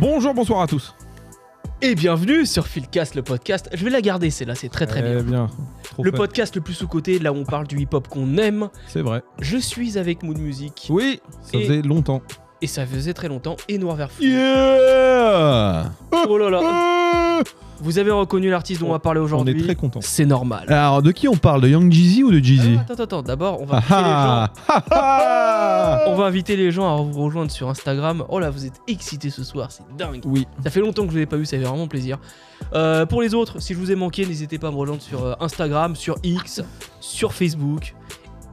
Bonjour, bonsoir à tous. Et bienvenue sur Philcast, le podcast. Je vais la garder, celle-là, c'est très très bien. Eh bien. Trop Le fun. podcast le plus sous-côté, là où on parle du hip-hop qu'on aime. C'est vrai. Je suis avec Mood Music Oui, ça Et- faisait longtemps. et ça faisait très longtemps. Et Noir Vert Fou. Yeah Oh là là, Euh, vous avez reconnu l'artiste dont on va parler On est aujourd'hui. très contents. C'est normal. Alors, de qui on parle De Young Jeezy ou de Jeezy Ah, attends, attends, d'abord, on va Ah inviter les gens. ah, ah, ah. On va inviter les gens à vous rejoindre sur Instagram. Oh là, vous êtes excités ce soir, c'est dingue. Oui, Ça fait longtemps que je ne l'ai pas vu, ça fait vraiment plaisir. Euh, pour les autres, si je vous ai manqué, n'hésitez pas à me rejoindre sur euh, Instagram, sur X, sur Facebook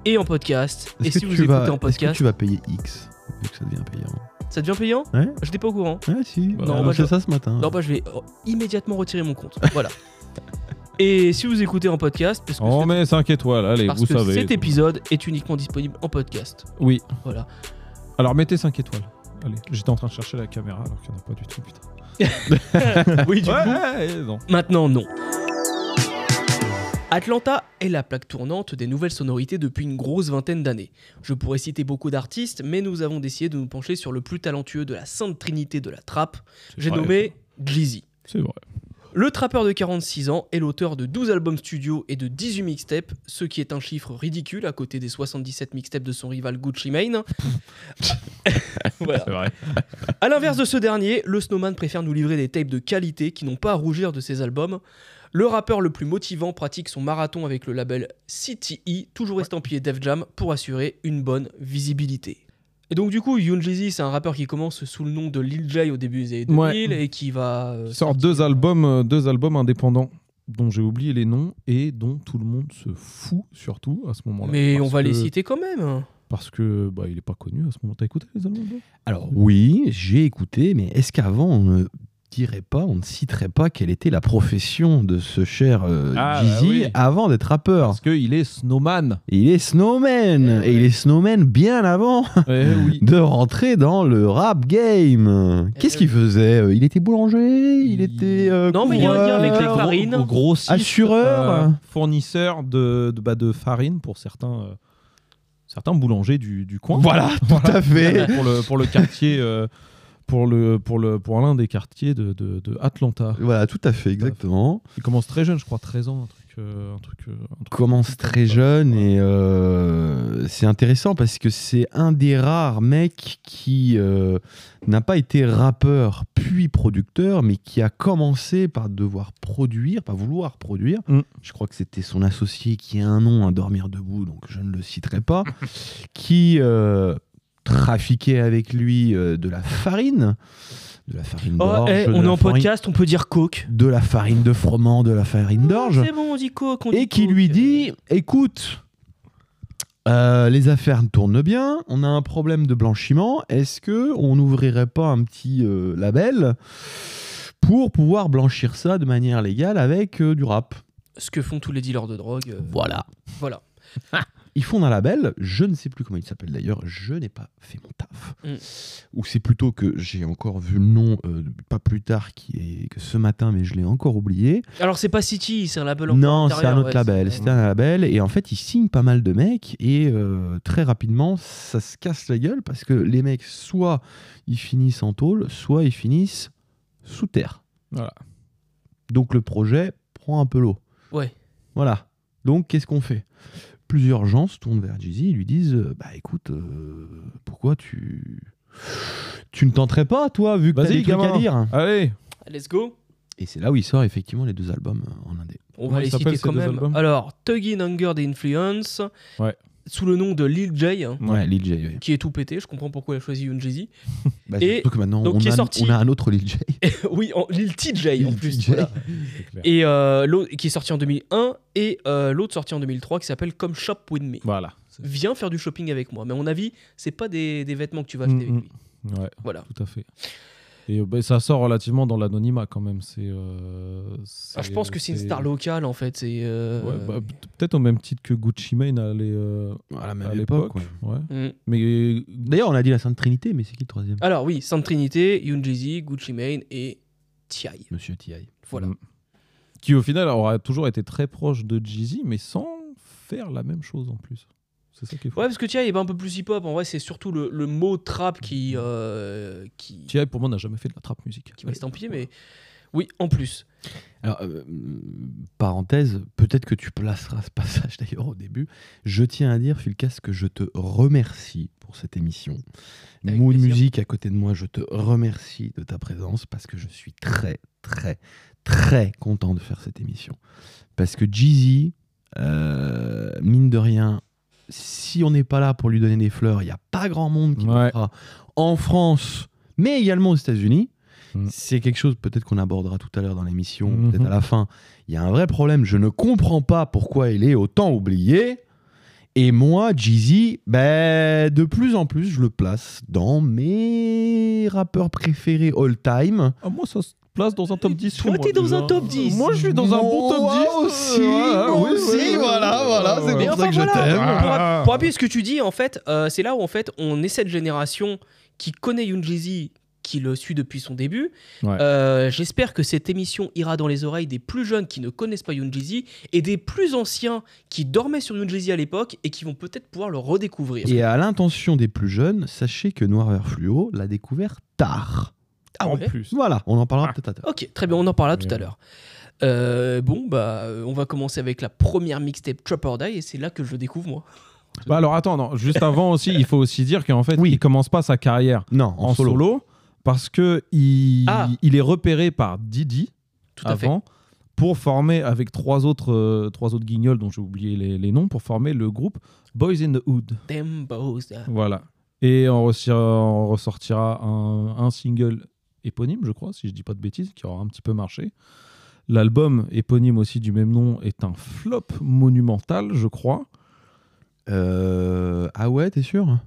et en podcast. Et Est-ce si que vous tu écoutez vas- en Est-ce que podcast, tu vas payer X Vu que ça devient payant. ça devient payant Ouais. Je n'étais pas au courant. Ah si, Non, on moi, a fait je- ça ce matin. Non, bah je vais oh, immédiatement retirer mon compte. Voilà. et si vous écoutez en podcast, parce que, on Oh, ce- met 5 étoiles, allez, parce vous que savez. cet épisode est uniquement disponible en podcast. Oui. Voilà. Alors, mettez 5 étoiles. Allez, j'étais en train de chercher la caméra alors qu'il n'y en a pas du tout, putain. oui, du Ouais, coup. ouais, non. Maintenant, non. Atlanta est la plaque tournante des nouvelles sonorités depuis une grosse vingtaine d'années. Je pourrais citer beaucoup d'artistes, mais nous avons décidé de nous pencher sur le plus talentueux de la sainte trinité de la trappe. J'ai vrai, nommé Glizzy. C'est vrai. Le trappeur de 46 ans est l'auteur de 12 albums studio et de 18 mixtapes, ce qui est un chiffre ridicule à côté des 77 mixtapes de son rival Gucci Mane. voilà. C'est vrai. À l'inverse de ce dernier, le Snowman préfère nous livrer des tapes de qualité qui n'ont pas à rougir de ses albums. Le rappeur le plus motivant pratique son marathon avec le label CTE, toujours estampillé Def Jam, pour assurer une bonne visibilité. Et donc du coup, Yoon Jeezy, c'est un rappeur qui commence sous le nom de Lil Jay au début des années 2000 et qui va... euh, Il sort deux albums, euh, deux albums indépendants dont j'ai oublié les noms et dont tout le monde se fout surtout à ce moment-là. Mais on Parce va les que- citer quand même. Parce que bah, il est pas connu à ce moment. T'as écouté les albums toi Alors oui, j'ai écouté, mais est-ce qu'avant on ne dirait pas, on ne citerait pas quelle était la profession de ce cher euh, Ah, Jeezy bah oui. avant d'être rappeur Parce qu'il est snowman. Il est Eh snowman et il est snowman bien avant eh oui. de rentrer dans le rap Eh game. Qu'est-ce qu'il faisait euh? Il était boulanger, il était euh, Non, mais il y a un lien avec les coureur, farines. Au grossiste, Assureur. euh, fournisseur de, de, bah, de farine pour certains, euh, certains boulangers du, du coin. Voilà, tout à fait. pour, le, pour le quartier, euh, pour, le, pour, le, pour l'un des quartiers de, de, de Atlanta. Voilà, tout à fait, exactement. Il commence très jeune, je crois, 13 ans, un truc. euh, un truc, euh, un truc- commence très jeune et euh, c'est intéressant parce que c'est un des rares mecs qui euh, n'a pas été rappeur puis producteur mais qui a commencé par devoir produire, par vouloir produire. Mm. Je crois que c'était son associé qui a un nom à dormir debout donc je ne le citerai pas qui euh, trafiquait avec lui euh, de la farine, de la farine d'orge, de Oh, eh, on est la en farine- podcast, on peut dire coke. de la farine de froment, de la farine d'orge C'est bon, on dit coke. on et qui coke. euh, lui dit écoute euh, les affaires tournent bien, on a un problème de blanchiment. Est-ce que on n'ouvrirait pas un petit euh, label pour pouvoir blanchir ça de manière légale avec euh, du rap Ce que font tous les dealers de drogue. euh, Voilà. voilà. Ils font un label, je ne sais plus comment il s'appelle d'ailleurs, je n'ai pas fait mon taf. Mm. Ou c'est plutôt que j'ai encore vu le nom euh, pas plus tard qu'il est- que ce matin, mais je l'ai encore oublié. Alors, c'est pas City, E, c'est un label encore Non, c'est intérieur, un autre ouais, label. c'est- C'est un label. Et en fait, ils signent pas mal de mecs. Et euh, très rapidement, ça se casse la gueule parce que les mecs, soit ils finissent en tôle, soit ils finissent sous terre. Voilà. Donc le projet prend un peu l'eau. Ouais. Voilà. Donc qu'est-ce qu'on fait Plusieurs gens se tournent vers Jeezy et lui disent euh, Bah écoute, euh, pourquoi tu. Tu ne tenterais pas, toi, vu que t'as Vas-y, des trucs gamin. à dire. Allez, Let's go. Et c'est là où il sort effectivement les deux albums euh, en indé. On Comment va les ils s'appellent, citer ces quand deux même. albums Alors, Tug in Hunger the Influence. Ouais. Sous le nom de Lil Jay, hein, Ouais, Lil J. oui. qui est tout pété. Je comprends pourquoi il a choisi Yoon Jeezy. Bah, Et surtout que maintenant, donc, on, qui est a, sorti- on a un autre Lil J. oui, en, Lil TJ en Lil plus. TJ. voilà. c'est clair. Et euh, l'autre qui est sorti en 2001 et euh, l'autre sorti en 2003 qui s'appelle Come Shop With Me. Voilà. C'est- Viens faire du shopping avec moi. Mais à mon avis, c'est pas des, des vêtements que tu vas acheter Mm, avec lui. Ouais. Voilà. Tout à fait. Et euh, bah, ça sort relativement dans l'anonymat quand même. C'est. euh, Ah, je pense que c'est une c'est- star locale en fait. C'est. euh, Ouais, bah, peut- peut-être au même titre que Gucci Mane à l'é- euh, Voilà, à l'époque. ouais. mm. Mais D'ailleurs, on a dit la Sainte Trinité, mais c'est qui le troisième Alors oui, Sainte Trinité, Yoon Jeezy, Gucci Mane et T.I. Monsieur T.I. Voilà. Mm. qui au final aura toujours été très proche de Jeezy, mais sans faire la même chose en plus. C'est ça qui est fou. Ouais, parce que T.I. est un peu plus hip-hop. En vrai, c'est surtout le, le mot trap qui, euh, qui, T.I. pour moi n'a jamais fait de la trappe musique. Euh, qui va estampiller, mais oui, en plus. Alors, euh, parenthèse, peut-être que tu placeras ce passage d'ailleurs au début. Je tiens à dire, Fulcas, que je te remercie pour cette émission. Avec Mood plaisir. Music à côté de moi, je te remercie de ta présence parce que je suis très, très, très content de faire cette émission. Parce que Jeezy, euh, mine de rien, si on n'est pas là pour lui donner des fleurs, il n'y a pas grand monde qui le Ouais. fera en France, mais également aux États-Unis. Mm. C'est quelque chose peut-être qu'on abordera tout à l'heure dans l'émission, Mhm. peut-être à la fin. Il y a un vrai problème. Je ne comprends pas pourquoi il est autant oublié. Et moi, Jeezy, ben, de plus en plus, je le place dans mes rappeurs préférés all time. Ah, moi, ça se place dans un top 10. Toi, chez moi, t'es dans déjà. un top 10. Moi, je suis dans un bon top 10. Moi aussi, moi ouais, aussi, ouais, ouais, voilà, voilà, ouais, c'est ouais. Mais pour ça enfin, que je voilà, t'aime. pour- pour, Ah. pour appuyer ce que tu dis, en fait, euh, c'est là où en fait on est cette génération qui connaît Yoon Jeezy, qui le suit depuis son début. Ouais. Euh, J'espère que cette émission ira dans les oreilles des plus jeunes qui ne connaissent pas Yoon Jeezy et des plus anciens qui dormaient sur Yoon Jeezy à l'époque et qui vont peut-être pouvoir le redécouvrir. Et à l'intention des plus jeunes, sachez que Noir Vert Fluo l'a découvert tard. Ah En ouais plus. Voilà, on en parlera Ah. peut-être à tard. Ok, très bien, on en parlera tout à Ouais. l'heure. Euh, bon, bah, euh, on va commencer avec la première mixtape Trapper Die et c'est là que je le découvre moi. Bah, alors, attends, non, juste avant aussi, il faut aussi dire qu'en fait, Oui. il commence pas sa carrière Non, en, en, solo. parce que il, Ah. il est repéré par Didi. Tout à avant pour former avec trois autres, euh, trois autres guignols dont j'ai oublié les, les noms pour former le groupe Boys in the Hood. fait. Them boys, euh, Voilà. Et on ressortira, on ressortira un, un single éponyme, je crois, si je dis pas de bêtises, qui aura un petit peu marché. L'album éponyme aussi du même nom est un flop monumental, je crois. Euh, ah ouais, t'es sûr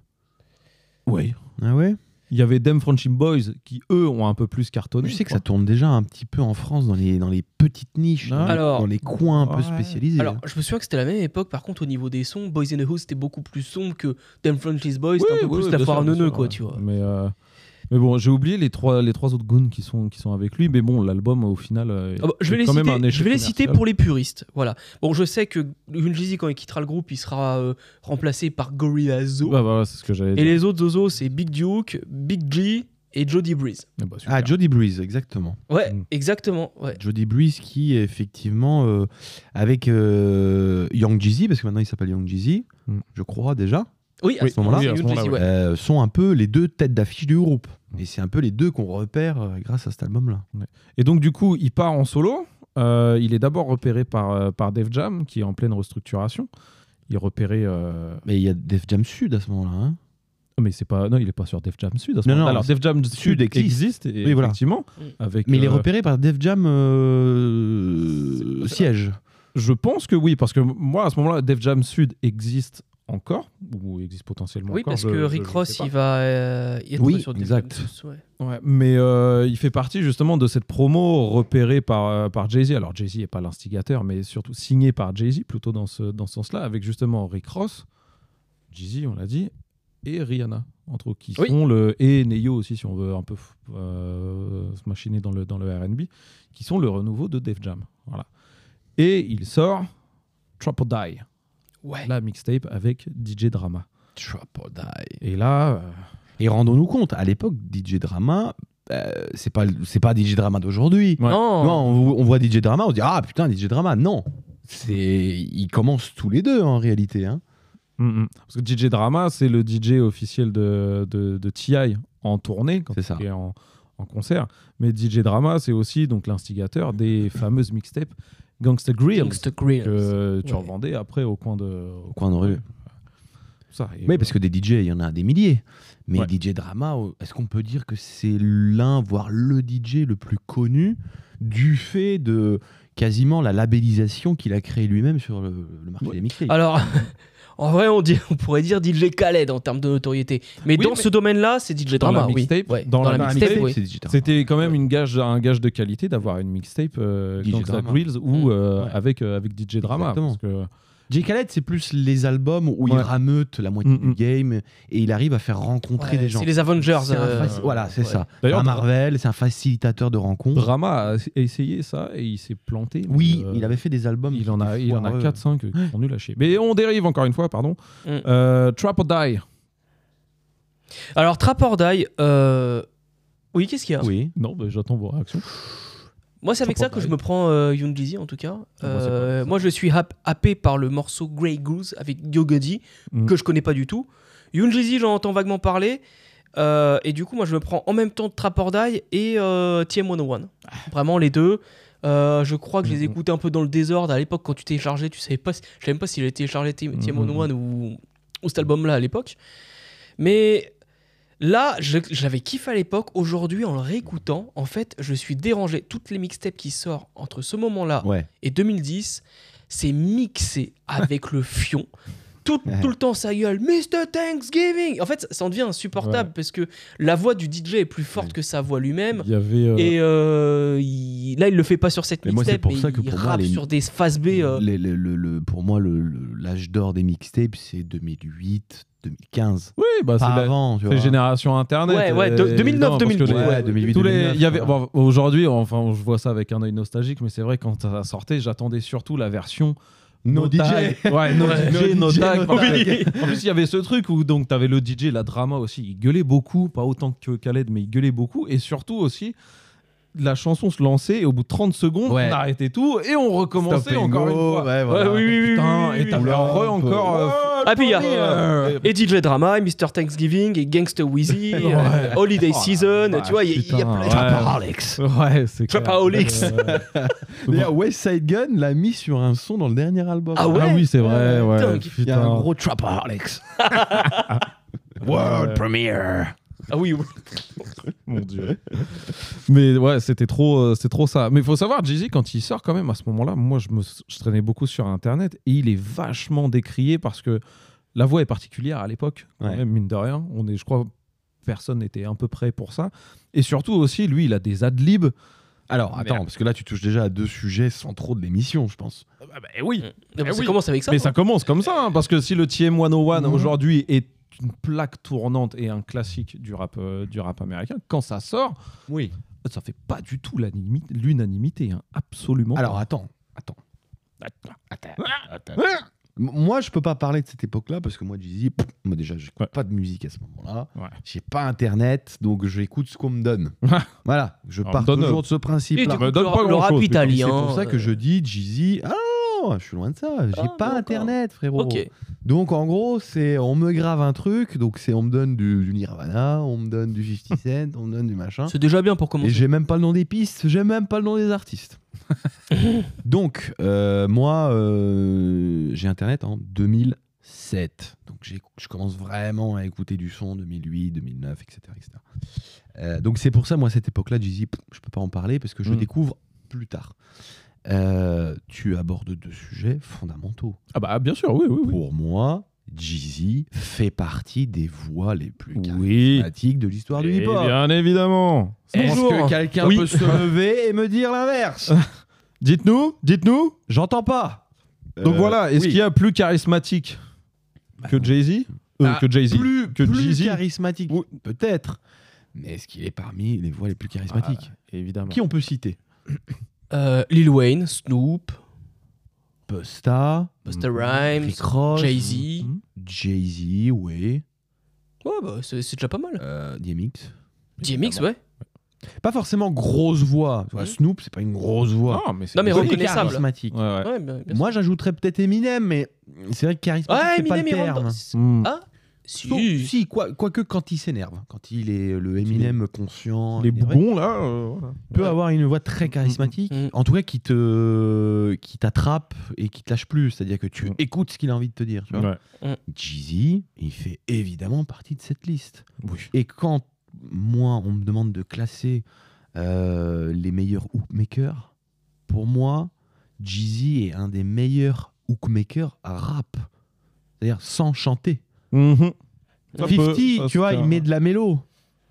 Oui. Ah ouais Il y avait Dem Friendship Boys qui, eux, ont un peu plus cartonné. Je sais que je ça tourne déjà un petit peu en France dans les, dans les petites niches, dans, les- Alors- dans les coins un peu Ouais. spécialisés. hein. Alors, je me souviens que c'était la même époque, par contre, au niveau des sons, Boys in the House, c'était beaucoup plus sombre que Them Frenchies Boys, c'était Oui, un peu oui, plus oui, la bien foire à sûr, bien neuneux, sûr, quoi, ouais. tu vois. Mais, euh, mais bon, j'ai oublié les trois, les trois autres goons qui sont, qui sont avec lui, mais bon, l'album au final. euh, Ah bah, je vais est les, quand citer, même un échec je vais les citer commercial. pour les puristes. Voilà. Bon, je sais que Unjizy, quand il quittera le groupe, il sera euh, remplacé par Gorilla Zo. Ouais, voilà, c'est ce que j'avais dit. et les autres Zozo, c'est Big Duke, Big G et Jody Breeze. Ah bah, super. ah, Jody Breeze, exactement. Ouais, Mm. exactement. Ouais. Jody Breeze qui, effectivement, euh, avec euh, Young Jeezy, parce que maintenant il s'appelle Young Jeezy, Mm. je crois déjà, Oui, à Oui, ce moment-là, oui, c'est à ce Yoon Jeezy, moment-là, ouais. euh, sont un peu les deux têtes d'affiche du groupe. Et c'est un peu les deux qu'on repère euh, grâce à cet album-là. Et donc, du coup, il part en solo. Euh, il est d'abord repéré par, euh, par Def Jam, qui est en pleine restructuration. Il est repéré. euh, Mais il y a Def Jam Sud à ce moment-là. hein. Mais c'est pas. Non, il est pas sur Def Jam Sud. à ce Non, moment-là. non, Alors, Def Jam Sud, existe. existe, et Oui, voilà. effectivement. Mm. Avec, Mais il est euh, repéré par Def Jam euh, C'est- Siège. Je pense que oui, parce que moi, à ce moment-là, Def Jam Sud existe encore, ou existe potentiellement Oui, encore. parce je- que je- Rick je sais Ross, pas. il va euh, y être Oui, sur Death exact. Notes, ouais. Ouais, mais euh, il fait partie justement de cette promo repérée par, euh, par Jay-Z. Alors Jay-Z n'est pas l'instigateur, mais surtout signé par Jay-Z, plutôt dans ce, dans ce sens-là, avec justement Rick Ross, Jay-Z, on l'a dit, et Rihanna, entre autres, qui Oui. sont le. Et Neyo aussi, si on veut un peu euh, se machiner dans le, dans le RB, qui sont le renouveau de Def Jam. Voilà. Et il sort Trap or Die, Ouais. la mixtape avec DJ Drama. Trap or Die. Et là. euh, Et rendons-nous compte, à l'époque, DJ Drama, euh, c'est pas c'est pas DJ Drama d'aujourd'hui. Ouais. Non. Non, on, on voit DJ Drama, on se dit ah putain DJ Drama. Non, c'est ils commencent tous les deux en réalité. hein. Mm, mm. Parce que DJ Drama, c'est le DJ officiel de, de, de TI en tournée, quand C'est ça. il est en, en concert. Mais DJ Drama, c'est aussi donc l'instigateur des fameuses mixtapes Gangsta Grills Gangsta Grills. que tu Ouais. revendais après au coin de, au Au coin de rue. coin de ça. Et euh, Oui, parce que des DJ, il y en a des milliers. Mais Ouais. DJ Drama, euh, est-ce qu'on peut dire que c'est l'un, voire le DJ le plus connu du fait de quasiment la labellisation qu'il a créée lui-même sur le, le marché Ouais. des mixtapes Alors, en vrai, on, dit- on pourrait dire DJ Khaled en termes de notoriété. Mais Oui, dans mais- ce domaine-là, c'est DJ Dans Drama. la oui. mixtape, Ouais, dans la- la dans la mixtape, mixtape, oui. c'est DJ Drama. C'était quand même une gage, un gage de qualité d'avoir une mixtape euh, DJ Gangsta Drama. Grills ou euh, Ouais. avec, euh, avec DJ Drama. Exactement. Parce que J. Khaled, c'est plus les albums où il Ouais. rameute la moitié Mm, mm. du game et il arrive à faire rencontrer Ouais, les gens. C'est les Avengers. C'est un euh, faci- Voilà, c'est ouais. ça. D'ailleurs, Un Marvel, c'est un facilitateur de rencontres. Drama a essayé ça et il s'est planté. mais, Oui, euh, il avait fait des albums. Il en a, il en a foireux. 4, 5 qui sont nuls à chier. Mais on dérive encore une fois, pardon. Mm. Euh, Trap or Die. Alors, Trap or Die, euh, Oui, qu'est-ce qu'il y a Oui. Non, bah, j'attends vos réactions. Moi, c'est avec Trap ça or que Die. je me prends euh, Young Jeezy, en tout cas. Ah, moi, c'est Euh, pas ça. moi, je suis hap- happé par le morceau Grey Goose avec Yogodi, Mm. que je connais pas du tout. Young Jeezy, j'en entends vaguement parler. euh, et du coup, moi, je me prends en même temps Trap or Die et euh, TM101. Ah. Vraiment, les deux. Euh, je crois que je les Mm. écoutais un peu dans le désordre. À l'époque, quand tu téléchargeais, tu savais pas. si- Je savais même pas si j'avais téléchargé T- Mm. TM101 ou, ou cet album-là à l'époque. Mais Là, je- j'avais kiffé à l'époque. Aujourd'hui, en le réécoutant, en fait, je suis dérangé. Toutes les mixtapes qui sortent entre ce moment-là Ouais. et 2010, c'est mixé avec le fion. Tout, tout le temps, ça gueule. Mr. Thanksgiving En fait, ça, ça en devient insupportable parce que la voix du DJ est plus forte Ouais. que sa voix lui-même. Il y avait. euh, Et euh, il- là, il le fait pas sur cette Mais moi, c'est mixtape, pour mais ça que il pour moi, rappe les- sur des phases B. euh, Les- le- le- le- pour moi, le- le- l'âge d'or des mixtapes, c'est 2008, 2015. Oui, bah, c'est Pas la, avant, tu c'est vois. génération Internet. Ouais, ouais, de- euh, 2009, évidemment, parce que 2010, les- Ouais, 2008, Tous les, 2009, il y avait, ouais. bon, aujourd'hui, enfin, je vois ça avec un œil nostalgique, mais c'est vrai quand ça sortait, j'attendais surtout la version No DJ. tag. ouais, no Ouais. DJ, No no DJ, tag, no parce tag. que- En plus, il y avait ce truc où donc t'avais le DJ, la drama aussi, il gueulait beaucoup, pas autant que Khaled, mais il gueulait beaucoup, et surtout aussi. La chanson se lançait et au bout de 30 secondes, Ouais. on arrêtait tout et on recommençait Stop and encore go, une fois. ouais, voilà. oui, oui, oui, Putain, oui, oui, et oui. t'avais Oula, re- un encore, peu. euh, Ah, puis il y a- Euh, Et DJ Drama, et Mr. Thanksgiving, et Gangsta Weezy, et, euh, Holiday Oh la Season, vache, tu vois, il y, a- il y a putain, plein Ah, ouais. Trapper Alex. Ouais, c'est clair. Trapaholics. Euh, D'ailleurs, West Side Gun l'a mis sur un son dans le dernier album. Ah ouais ah oui, c'est vrai. Ouais, Dingue. Il y a putain. un gros Trapper Alex. World Ouais. Premiere. Ah oui, Mon Dieu. Mais ouais, c'était trop, euh, c'était trop ça. Mais il faut savoir, Jay-Z, quand il sort quand même à ce moment-là, moi, je me je traînais beaucoup sur Internet et il est vachement décrié parce que la voix est particulière à l'époque, quand Ouais. même, mine de rien. On est, je crois, personne n'était à peu près pour ça. Et surtout aussi, lui, il a des adlibs. Alors, attends, parce que là, tu touches déjà à deux sujets centraux de l'émission, je pense. oui. Mais bon, Eh ça oui. commence avec ça. Mais ça commence comme ça, hein, parce que si le TM101 Mhm. aujourd'hui est une plaque tournante et un classique du rap, euh, du rap américain, quand ça sort, Oui. ça fait pas du tout l'animi- l'unanimité, hein, absolument. Alors, attends, attends. Attends. attends. M- Moi, je peux pas parler de cette époque-là parce que moi, Jeezy, pff, moi déjà, j'écoute Ouais. pas de musique à ce moment-là. Ouais. J'ai pas internet, donc j'écoute ce qu'on me donne. voilà, je On pars me donne- toujours de ce Et principe-là. du me coup, donne le, pas le grand-chose, rap putain, Et C'est italien. pour ça euh, que je dis Jeezy. Ah non, non, je suis loin de ça. J'ai Ah, pas d'accord. internet, frérot. Ok. Donc en gros, c'est on me grave un truc, donc c'est on me donne du, du Nirvana, on me donne du 50 Cent, on me donne du machin. C'est déjà bien pour Et commencer. j'ai même pas le nom des pistes, j'ai même pas le nom des artistes. donc euh, moi, euh, j'ai internet en 2007. Donc j'ai- je commence vraiment à écouter du son 2008, 2009, etc. etc. Euh, donc c'est pour ça, moi, cette époque-là, Jeezy, pff, je peux pas en parler parce que je Mm. découvre plus tard. Euh, tu abordes deux sujets fondamentaux. Ah bah bien sûr, oui, oui, oui. Pour moi, Jeezy fait partie des voix les plus Oui. charismatiques de l'histoire du Et hip-hop. bien évidemment. Est-ce Bonjour. que quelqu'un Oui. peut se lever et me dire l'inverse Dites-nous, dites-nous. J'entends pas. Donc Euh, voilà, est-ce oui. qu'il y a plus charismatique que Jay-Z Euh, Ah, Que Jay-Z plus, que plus Jeezy charismatique Oui. Peut-être. Mais est-ce qu'il est parmi les voix les plus charismatiques Évidemment. Qui on peut citer Euh, Lil Wayne, Snoop, Busta, Busta Mhm. Rhymes. Rick Ross, Jay-Z. Mhm. Jay-Z, ouais, Ouais, bah, c'est c'est déjà pas mal. euh, DMX. DMX, ouais. Pas forcément grosse voix. Tu vois, Mhm. Snoop, c'est pas une grosse voix. Non, mais c'est Non, Oh, mais Il est reconnaissable. charismatique. Ouais, ouais. Ouais, bien, bien sûr. Moi, j'ajouterais peut-être Eminem, mais c'est vrai que charismatique, Ouais, c'est pas Eminem, le il rentre terme. dans- Mhm. Ah, si. Sauf- Oh, si, quoi- quoique quand il s'énerve, quand il est euh, le il est- Eminem conscient, Les énervé, bougons là. euh, voilà. peut avoir une voix très charismatique, Mm, mm, mm. en tout cas qui te, qui t'attrape et qui te lâche plus, c'est-à-dire que tu Mm. écoutes ce qu'il a envie de te dire. Tu vois. Ouais. Jeezy, il fait évidemment partie de cette liste. Oui. Et quand moi, on me demande de classer euh, les meilleurs hookmakers, pour moi, Jeezy est un des meilleurs hookmakers à rap, c'est-à-dire sans chanter. Mhm. Ça 50, peut, ça, tu vois, c'est il un- met de la mélo.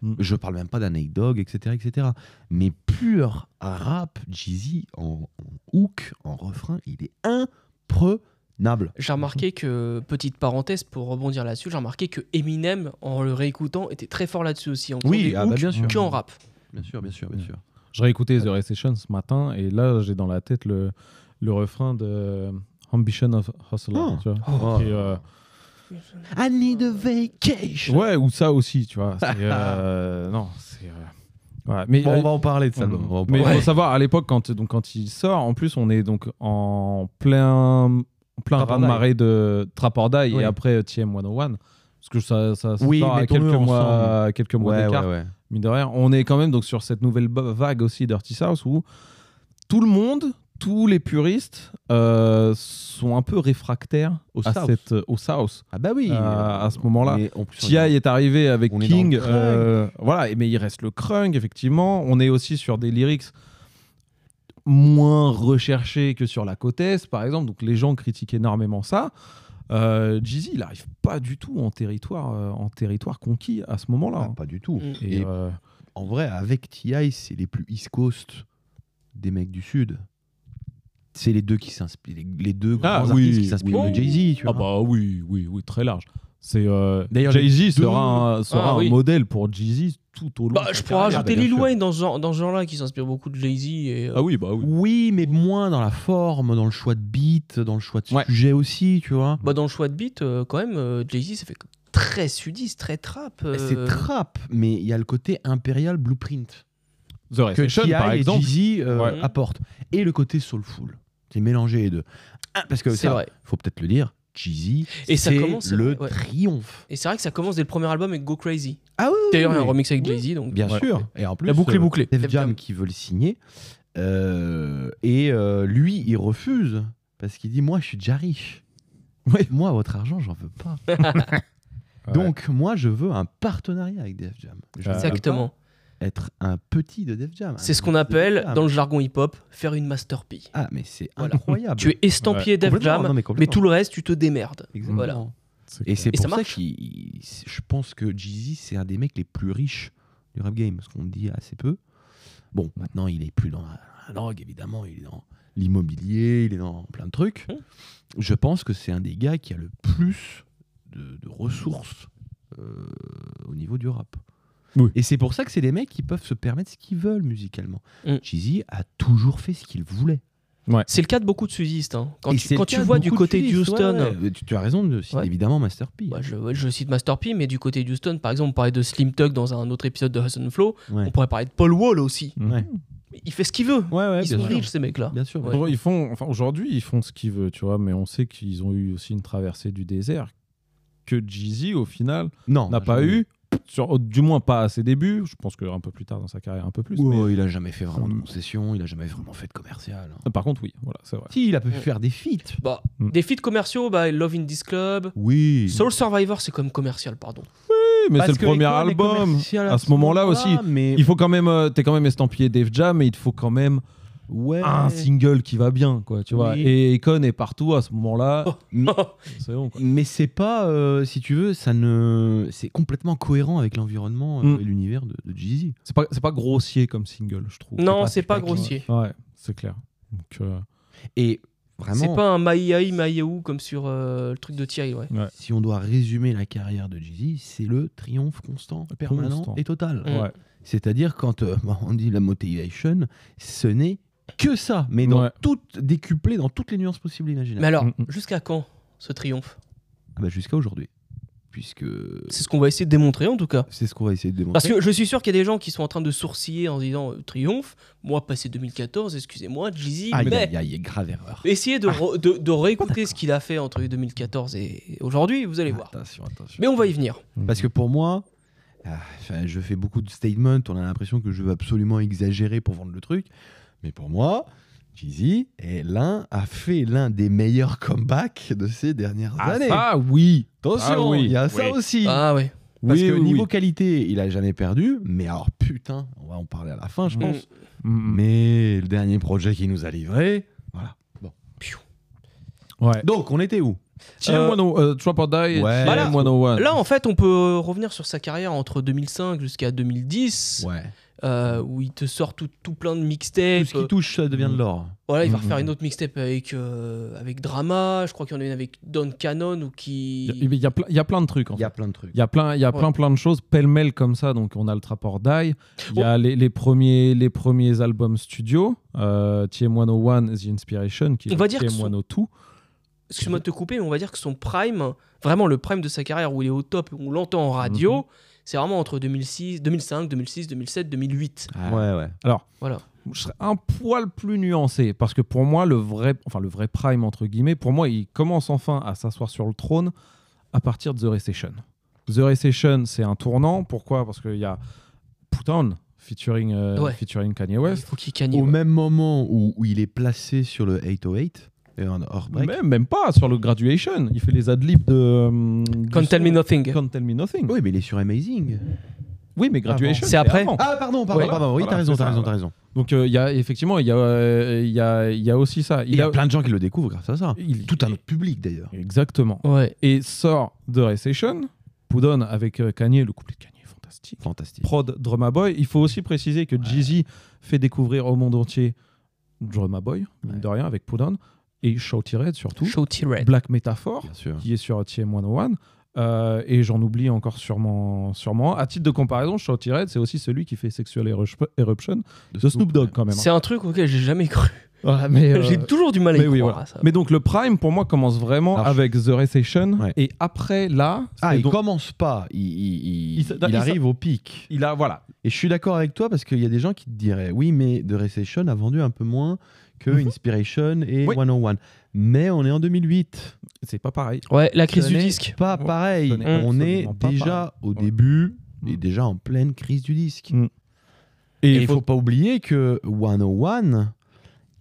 Mm. Je parle même pas d'un Nate Dogg, etc., etc. Mais pur rap, Jeezy en, en hook, en refrain, il est imprenable. Nable. J'ai remarqué que, petite parenthèse pour rebondir là-dessus, j'ai remarqué que Eminem, en le réécoutant, était très fort là-dessus aussi. En faisant Oui, des ah bah, hooks bien sûr. que en rap. Bien sûr, bien sûr, bien sûr. Je réécoutais The Recession ce matin et là, j'ai dans la tête le, le refrain de euh, Ambition of Hustler. Oh. tu vois. Oh. Et, euh, I need a vacation. ouais, ou ça aussi, tu vois. C'est, euh, non, c'est. euh, ouais, mais, Bon, on va en parler de ça. Mhm. bon, on va en Mais parler. faut savoir, à l'époque, quand, donc, quand il sort, en plus, on est donc en plein, en plein Trappordaille. raz-de-marée de Trapordaille Oui. et après euh, TM101. Parce que ça, ça, ça Oui, sort à mettons-le quelques mois, ensemble. quelques mois Ouais, d'écart. ouais, ouais. Mine de rien, on est quand même donc sur cette nouvelle ba- vague aussi Dirty South où tout le monde, tous les puristes euh, sont un peu réfractaires Au à South. cette, au South. Ah bah oui. Euh, à ce moment-là. Mais en plus, on T.I. est- est arrivé avec on est dans King, le crunk. euh, voilà, et- mais il reste le crunk effectivement. On est aussi sur des lyrics moins recherchés que sur la côte est, par exemple. Donc les gens critiquent énormément ça. Euh, Jeezy, il arrive pas du tout en territoire, euh, en territoire conquis à ce Ah, moment-là. pas du tout. Mm. Et, Et euh, en vrai, avec T.I., c'est les plus East Coast des mecs du Sud. C'est les deux qui s'inspirent, les- les deux Ah, grands oui, artistes qui s'inspirent oui. de Jay-Z. tu Ah vois. bah oui, oui, oui, très large. C'est euh, D'ailleurs, Jay-Z deux- sera, un, sera Ah, un oui. modèle pour Jay-Z tout au long. Bah, de je sa pourrais carrière, ajouter bien Lil sûr. Wayne dans ce genre, dans ce genre-là qui s'inspire beaucoup de Jay-Z. Et, euh, Ah oui, bah oui. Oui, mais moins dans la forme, dans le choix de beat, dans le choix de Ouais. sujet aussi, tu vois. bah, dans le choix de beat, euh, quand même, euh, Jay-Z, ça fait très sudiste, très trap. euh, C'est trap, mais il y a le côté impérial blueprint The que Recession, T.I. Bah, par et exemple. Jay-Z euh, Ouais. apportent. Et le côté soulful, qui est mélangé les deux. Ah, parce que C'est ça, vrai. faut peut-être le dire, Jay-Z, Et ça c'est commence, c'est le vrai, ouais. triomphe. Et c'est vrai que ça commence dès le premier album avec Go Crazy. Ah oui, oui, D'ailleurs, il y a un oui. remix avec Jay-Z, donc Bien Ouais. sûr. Et en plus, La boucle est euh, bouclée. Def Def Jam Jam. qui veut le signer. Euh, et euh, lui, il refuse parce qu'il dit Moi, je suis déjà riche. Moi, votre argent, j'en veux pas. Ouais. Donc, moi, je veux un partenariat avec Def Jam. Je ne veux exactement. Ah, pas être un petit de Def Jam. C'est ce qu'on appelle, dans le le jargon hip-hop, faire une masterpiece. Ah, mais c'est Voilà. incroyable. Tu es estampillé Def Complètement, Jam, non, mais complètement. tout le reste, tu te démerdes. Exactement. Voilà. C'est Et c'est Et pour ça ça, marche. que je pense que Jeezy, c'est un des mecs les plus riches du rap game, ce qu'on dit assez peu. Bon, maintenant, il est plus dans la, la drogue, évidemment, il est dans l'immobilier, il est dans plein de trucs. Mm. Je pense que c'est un des gars qui a le plus de, de ressources euh, au niveau du rap. Oui. Et c'est pour ça que c'est des mecs qui peuvent se permettre ce qu'ils veulent musicalement. Mm. Jeezy a toujours fait ce qu'il voulait. C'est le cas de beaucoup de sudistes. hein. Quand Et c'est tu, le quand tu cas de vois du beaucoup de côté de Suisses, ouais, Houston, euh, ouais. Tu, tu as raison de citer Ouais. évidemment Master P. bah, je, ouais, je cite Master P, mais du côté de Houston, par exemple, on parlait de Slim Tuck dans un autre épisode de Hustle and Flow. Ouais. On pourrait parler de Paul Wall aussi. Mhm. Ouais. Il fait ce qu'il veut. Ouais, ouais, Ils bien sont sûr. riches, ces mecs-là. Bien sûr. Ouais. Bon, ils font, enfin aujourd'hui, ils font ce qu'ils veulent, tu vois. Mais on sait qu'ils ont eu aussi une traversée du désert que Jeezy, au final, Non, n'a bah, pas jamais. eu. Sur, du moins pas à ses débuts. Je pense que un peu plus tard dans sa carrière, un peu plus. Ouais, Oh, il a jamais fait vraiment de Hum. concession, il a jamais vraiment fait de commercial. hein. mais- Par contre, oui, voilà, c'est vrai. Si, il a pu Ouais. faire des feats. Bah, Mm. Des feats commerciaux, bah, Love in This Club. Oui. Soul Survivor, c'est quand même commercial, pardon. Oui, mais c'est le premier album. À ce moment-là aussi, mais il faut quand même, euh, t'es quand même estampillé Def Jam, mais il te faut quand même ouais. un single qui va bien, quoi, tu vois. Oui. Et Econ est partout à ce moment-là. Oh. C'est bon, quoi. Mais c'est pas, euh, si tu veux, ça ne, c'est complètement cohérent avec l'environnement euh, Mm. Hum. et l'univers de, de Jeezy. C'est pas, c'est pas grossier comme single, je trouve. non, c'est pas, pas grossier. Ouais, c'est clair. Donc, euh, Et vraiment, C'est pas un Maïaï Maïaou comme sur euh, le truc de Thierry, ouais. si on doit résumer la carrière de Jeezy, c'est le triomphe constant, permanent Constant. et total. Hum. ouais. C'est-à-dire quand euh, bah, on dit la motivation, ce n'est que ça, mais dans Ouais. toutes décuplé dans toutes les nuances possibles et imaginables. Mais alors, Mm, mm. jusqu'à quand ce triomphe Ah bah, jusqu'à aujourd'hui, puisque C'est ce qu'on va essayer de démontrer en tout cas. c'est ce qu'on va essayer de démontrer. Parce que je suis sûr qu'il y a des gens qui sont en train de sourciller en se disant euh, triomphe. Moi, passé 2014, excusez-moi, Jeezy, Aïe, mais aïe, aïe, grave erreur. essayez de, re- de- de réécouter ce qu'il a fait entre 2014 et aujourd'hui, vous allez voir. Attention, attention. Mais on va y venir. Parce que pour moi, ah, enfin, je fais beaucoup de statements, on a l'impression que je veux absolument exagérer pour vendre le truc, mais pour moi, Jeezy est l'un a fait l'un des meilleurs comebacks de ces dernières Ah, années. ça, oui. Attention, ah oui, il y a ça oui. aussi. Ah ouais. Parce Oui, que oui, niveau oui. qualité, il a jamais perdu. Mais alors, putain, on va en parler à la fin, je Mm. pense. Mm, mm. Mais le dernier projet qu'il nous a livré, voilà. Bon. Piou. Ouais. Donc, on était où TM101, euh, Trap or Die et Ouais. Voilà. TM101. Là, en fait, on peut revenir sur sa carrière entre 2005 jusqu'à 2010, Ouais. euh, où il te sort tout, tout plein de Tout mixtapes. Euh, ce qui touche, ça devient de l'or. Voilà, il va Mhm. refaire une autre mixtape avec, euh, avec Drama. Je crois qu'il y en a une avec Don Cannon ou qui. Il y, a plein- il y a plein de trucs. En Il y a plein de trucs. Il y a plein, il y a Ouais. plein, plein de choses pêle-mêle comme ça. Donc, on a le Trapport Die, il Oh. y a les, les premiers, les premiers albums studio, euh, TM101, The Inspiration, qui On est va le dire que son- TM102. Excuse-moi de te couper, mais on va dire que son prime, vraiment le prime de sa carrière où il est au top, où on l'entend en radio, Mhm. c'est vraiment entre 2006, 2005, 2006, 2007, 2008. Ouais, ouais. Je serais un poil plus nuancé parce que pour moi, le vrai, enfin, le vrai prime, entre guillemets, pour moi, il commence enfin à s'asseoir sur le trône à partir de The Recession. The Recession, c'est un tournant. Pourquoi Parce qu'il y a Put On, featuring, euh, Ouais. featuring Kanye Il West. faut qu'il gagne. Au ouais. même moment où, où il est placé sur le 808, et en hors break, Même, même pas sur le Graduation. Il fait les adlibs de. euh, du Can't Tell Me son. Nothing. Can't Tell Me Nothing. Oui, mais il est sur Amazing. Oui, mais Graduation, Graduation. c'est après. avant. Ah, pardon, pardon, Ouais. pardon. Oui, Voilà, t'as raison, c'est t'as ça, raison, voilà. t'as raison. Donc, il y a effectivement, il y, a, euh, il y, a, il y a aussi ça. Il y a plein de gens qui le découvrent grâce à ça. il- Tout un autre public, d'ailleurs. Exactement. Ouais. Et sort The Recession, Poudon avec euh, Kanye, le couplet de Kanye est fantastique. Fantastique. Prod Drumma Boy. Il faut aussi préciser que Ouais. Jeezy fait découvrir au monde entier Drumma Boy, mine Ouais. de rien, avec Poudon, et Shouty Red surtout. Show T-Red. Black Metaphor, Bien sûr. qui est sur TM101. Euh, et j'en oublie encore sûrement, sûrement. À titre de comparaison, Shouty Red, c'est aussi celui qui fait Sexual Eruption- Eruption de Snoop Dogg quand même. hein. C'est un truc auquel j'ai jamais cru. Voilà, mais, euh, J'ai toujours du mal à y mais oui, croire voilà. à ça. Mais donc le prime pour moi commence vraiment Alors, je- avec The Recession Ouais. et après là, Ah, c'est il donc- commence pas. Il, il- il- Il s- il il s- arrive au pic. il a voilà, Et je suis d'accord avec toi parce qu'il y a des gens qui te diraient oui, mais The Recession a vendu un peu moins que Mhm. Inspiration et Oui. 101. Mais on est en 2008. c'est pas pareil. Ouais, la crise Ce du n'est disque. Pas Ouais. pareil. Ce n'est On est absolument pas déjà au Ouais. début et Mm. déjà en pleine crise du disque. Mm. Et il faut pas oublier que 101,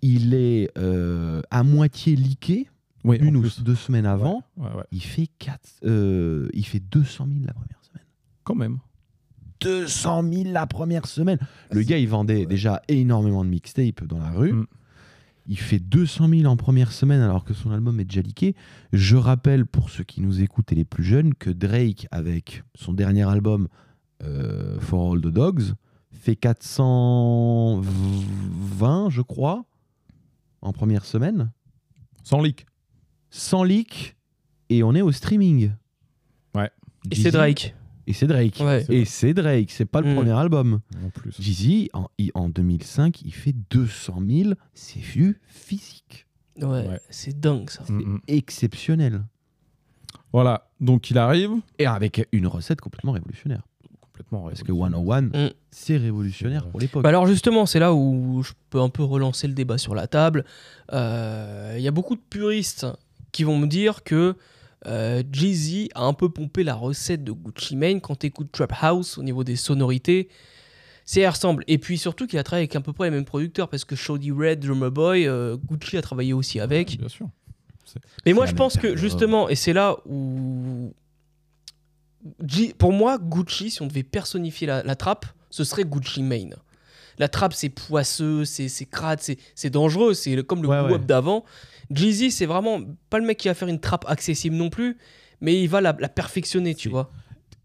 il est euh, à moitié leaké oui, en une ou plus. deux semaines avant. Ouais, ouais, ouais. Il fait quatre, euh, il fait 200 000 la première semaine. quand même. 200 000 la première semaine. Le C'est- gars, il vendait ouais. déjà énormément de mixtapes dans la rue. Mm. Il fait 200 000 en première semaine alors que son album est déjà leaké. Je rappelle pour ceux qui nous écoutent et les plus jeunes que Drake, avec son dernier album euh, For All the Dogs, fait 420, je crois, en première semaine, Sans leak. sans leak, et on est au streaming. Ouais. Et Jeezy- c'est Drake. Et c'est Drake. Ouais. Et c'est Drake, c'est pas le Mm. premier album. En plus. Jeezy, en, il- en 2005, il fait 200 000 c'est vu physique. Ouais, Ouais. c'est dingue ça. C'est Mm, mm. exceptionnel. Voilà, donc il arrive Et avec une recette complètement révolutionnaire. complètement Parce que 101, Mm. c'est révolutionnaire C'est pour l'époque. Bah alors justement, c'est là où je peux un peu relancer le débat sur la table. Euh, Il y a beaucoup de puristes qui vont me dire que euh, Jeezy a un peu pompé la recette de Gucci Mane quand t'écoutes Trap House au niveau des sonorités. C'est elle ressemble. Et puis surtout qu'il a travaillé avec à peu près les mêmes producteurs parce que Shoddy Red, Drummer Boy, euh, Gucci a travaillé aussi avec. Bien sûr. Mais moi, C'est je la pense même que période. justement, et c'est là où. G- Pour moi, Gucci, si on devait personnifier la, la trappe, ce serait Gucci Mane. La trappe, c'est poisseux, c'est c'est crade, c'est c'est dangereux, c'est le- comme le Ouais, groupe ouais. d'avant. Jeezy, c'est vraiment pas le mec qui va faire une trappe accessible non plus, mais il va la, la perfectionner, tu Si. vois.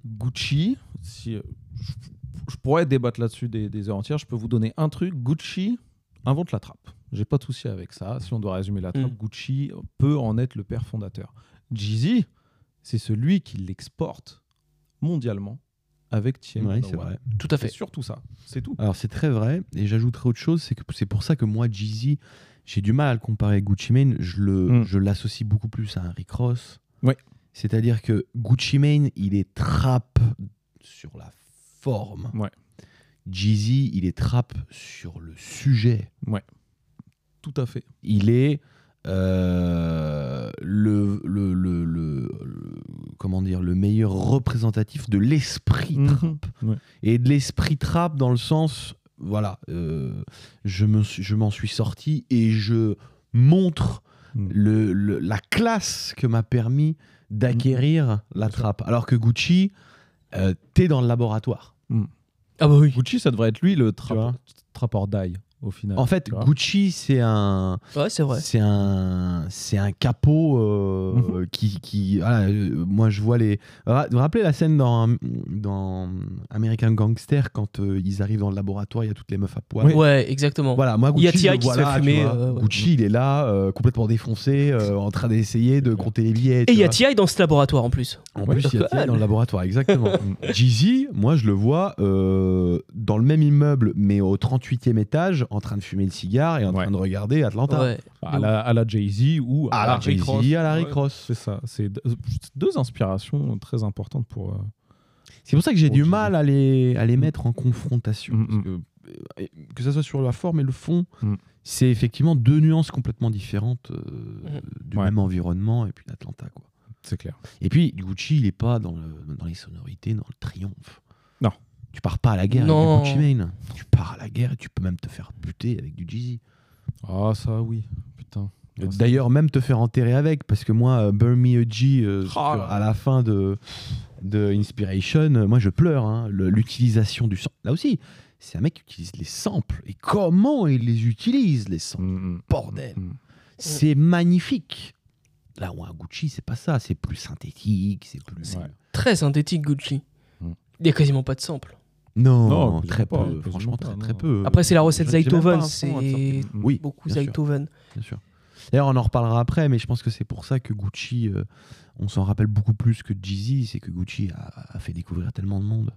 Gucci, si euh, je, je pourrais débattre là-dessus des, des heures entières, je peux vous donner un truc. Gucci invente la trappe. J'ai pas de souci avec ça. Si on doit résumer la trappe, Mm. Gucci peut en être le père fondateur. Jeezy, c'est celui qui l'exporte mondialement avec TM. Ouais, c'est vrai. Tout à C'est fait. surtout ça. C'est tout. Alors c'est très vrai, et j'ajouterai autre chose, c'est que c'est pour ça que moi, Jeezy, j'ai du mal à le comparer à Gucci Mane, je le- Mm. je l'associe beaucoup plus à un Rick Ross. Ouais. C'est-à-dire que Gucci Mane, il est trap sur la forme. Ouais. Jeezy, il est trap sur le sujet. Tout à fait. Il est euh, le, le, le- le- le- comment dire le meilleur représentatif de l'esprit Mm. Mhm. trap Ouais. et de l'esprit trap dans le sens voilà euh, je me suis- je m'en suis sorti et je montre Mm. le, le- la classe que m'a permis Mhm. d'acquérir la trappe alors que Gucci euh, t'es dans le laboratoire Ah bah oui. Gucci, ça devrait être lui le Tu vois. trap, trap or die. au final. En fait, tu vois. Gucci, c'est un, Ouais, c'est vrai. c'est un, c'est un capot euh, Mhm. qui, qui voilà, euh, moi je vois les. Ra- Vous vous rappelez la scène dans, dans American Gangster quand euh, ils arrivent dans le laboratoire, il y a toutes les meufs à poil. Ouais, exactement. Voilà, moi Il y a Gucci, T.I. je le qui vois se fait là, tu fumer, vois. euh, ouais. Gucci, il est là, euh, complètement défoncé, euh, en train d'essayer de compter les billets. Et tu il y a vois. T.I. dans ce laboratoire en plus. En Ouais. plus, il y a T.I. dans le laboratoire, exactement. Mm. Jeezy, moi, je le vois euh, dans le même immeuble, mais au 38e étage, en train de fumer le cigare et en Ouais. train de regarder Atlanta. Ouais. à la, à la Jay-Z ou à, À la Rick Ross. Jay-Z, à la Rick Ouais, Ross. C'est ça. C'est deux- deux inspirations très importantes pour. euh, C'est pour ça que j'ai Pour du Jeezy. mal à les, à les mettre en confrontation. Mm, parce que, euh, que ça soit sur la forme et le fond, Mm. c'est effectivement deux nuances complètement différentes euh, du Ouais. même environnement et puis d'Atlanta. quoi. c'est clair. Et puis, Gucci, il est pas dans, le- dans les sonorités, dans le triomphe. Non. Tu pars pas à la guerre Non. avec du Gucci Mane. Tu pars à la guerre et tu peux même te faire buter avec du Jeezy. Ah, ça, oui. Putain. Ah, c'est- D'ailleurs, même te faire enterrer avec, parce que moi, euh, Burn Me a G, euh, Oh sur- là là. à la fin de, de Inspiration, euh, moi je pleure. hein. Le- L'utilisation du sang. Là aussi, c'est un mec qui utilise les samples. Et comment il les utilise, les samples Mm, mm, Bordel mm. C'est magnifique Là où un Gucci, c'est pas ça. C'est plus synthétique, c'est plus. Ouais. Très synthétique, Gucci. Mm. Hmm. Il y a quasiment pas de sample. Non, Non, très quasiment peu. pas, quasiment franchement, très, pas, très non. peu. Après, c'est la recette J'ai- j'ai Euh, même Zeithoven, pas hein, un son à te c'est sortir. Oui, beaucoup bien sûr. Zeithoven. Bien sûr. D'ailleurs, on en reparlera après, mais je pense que c'est pour ça que Gucci, euh, on s'en rappelle beaucoup plus que Jeezy, c'est que Gucci a, a fait découvrir tellement de monde.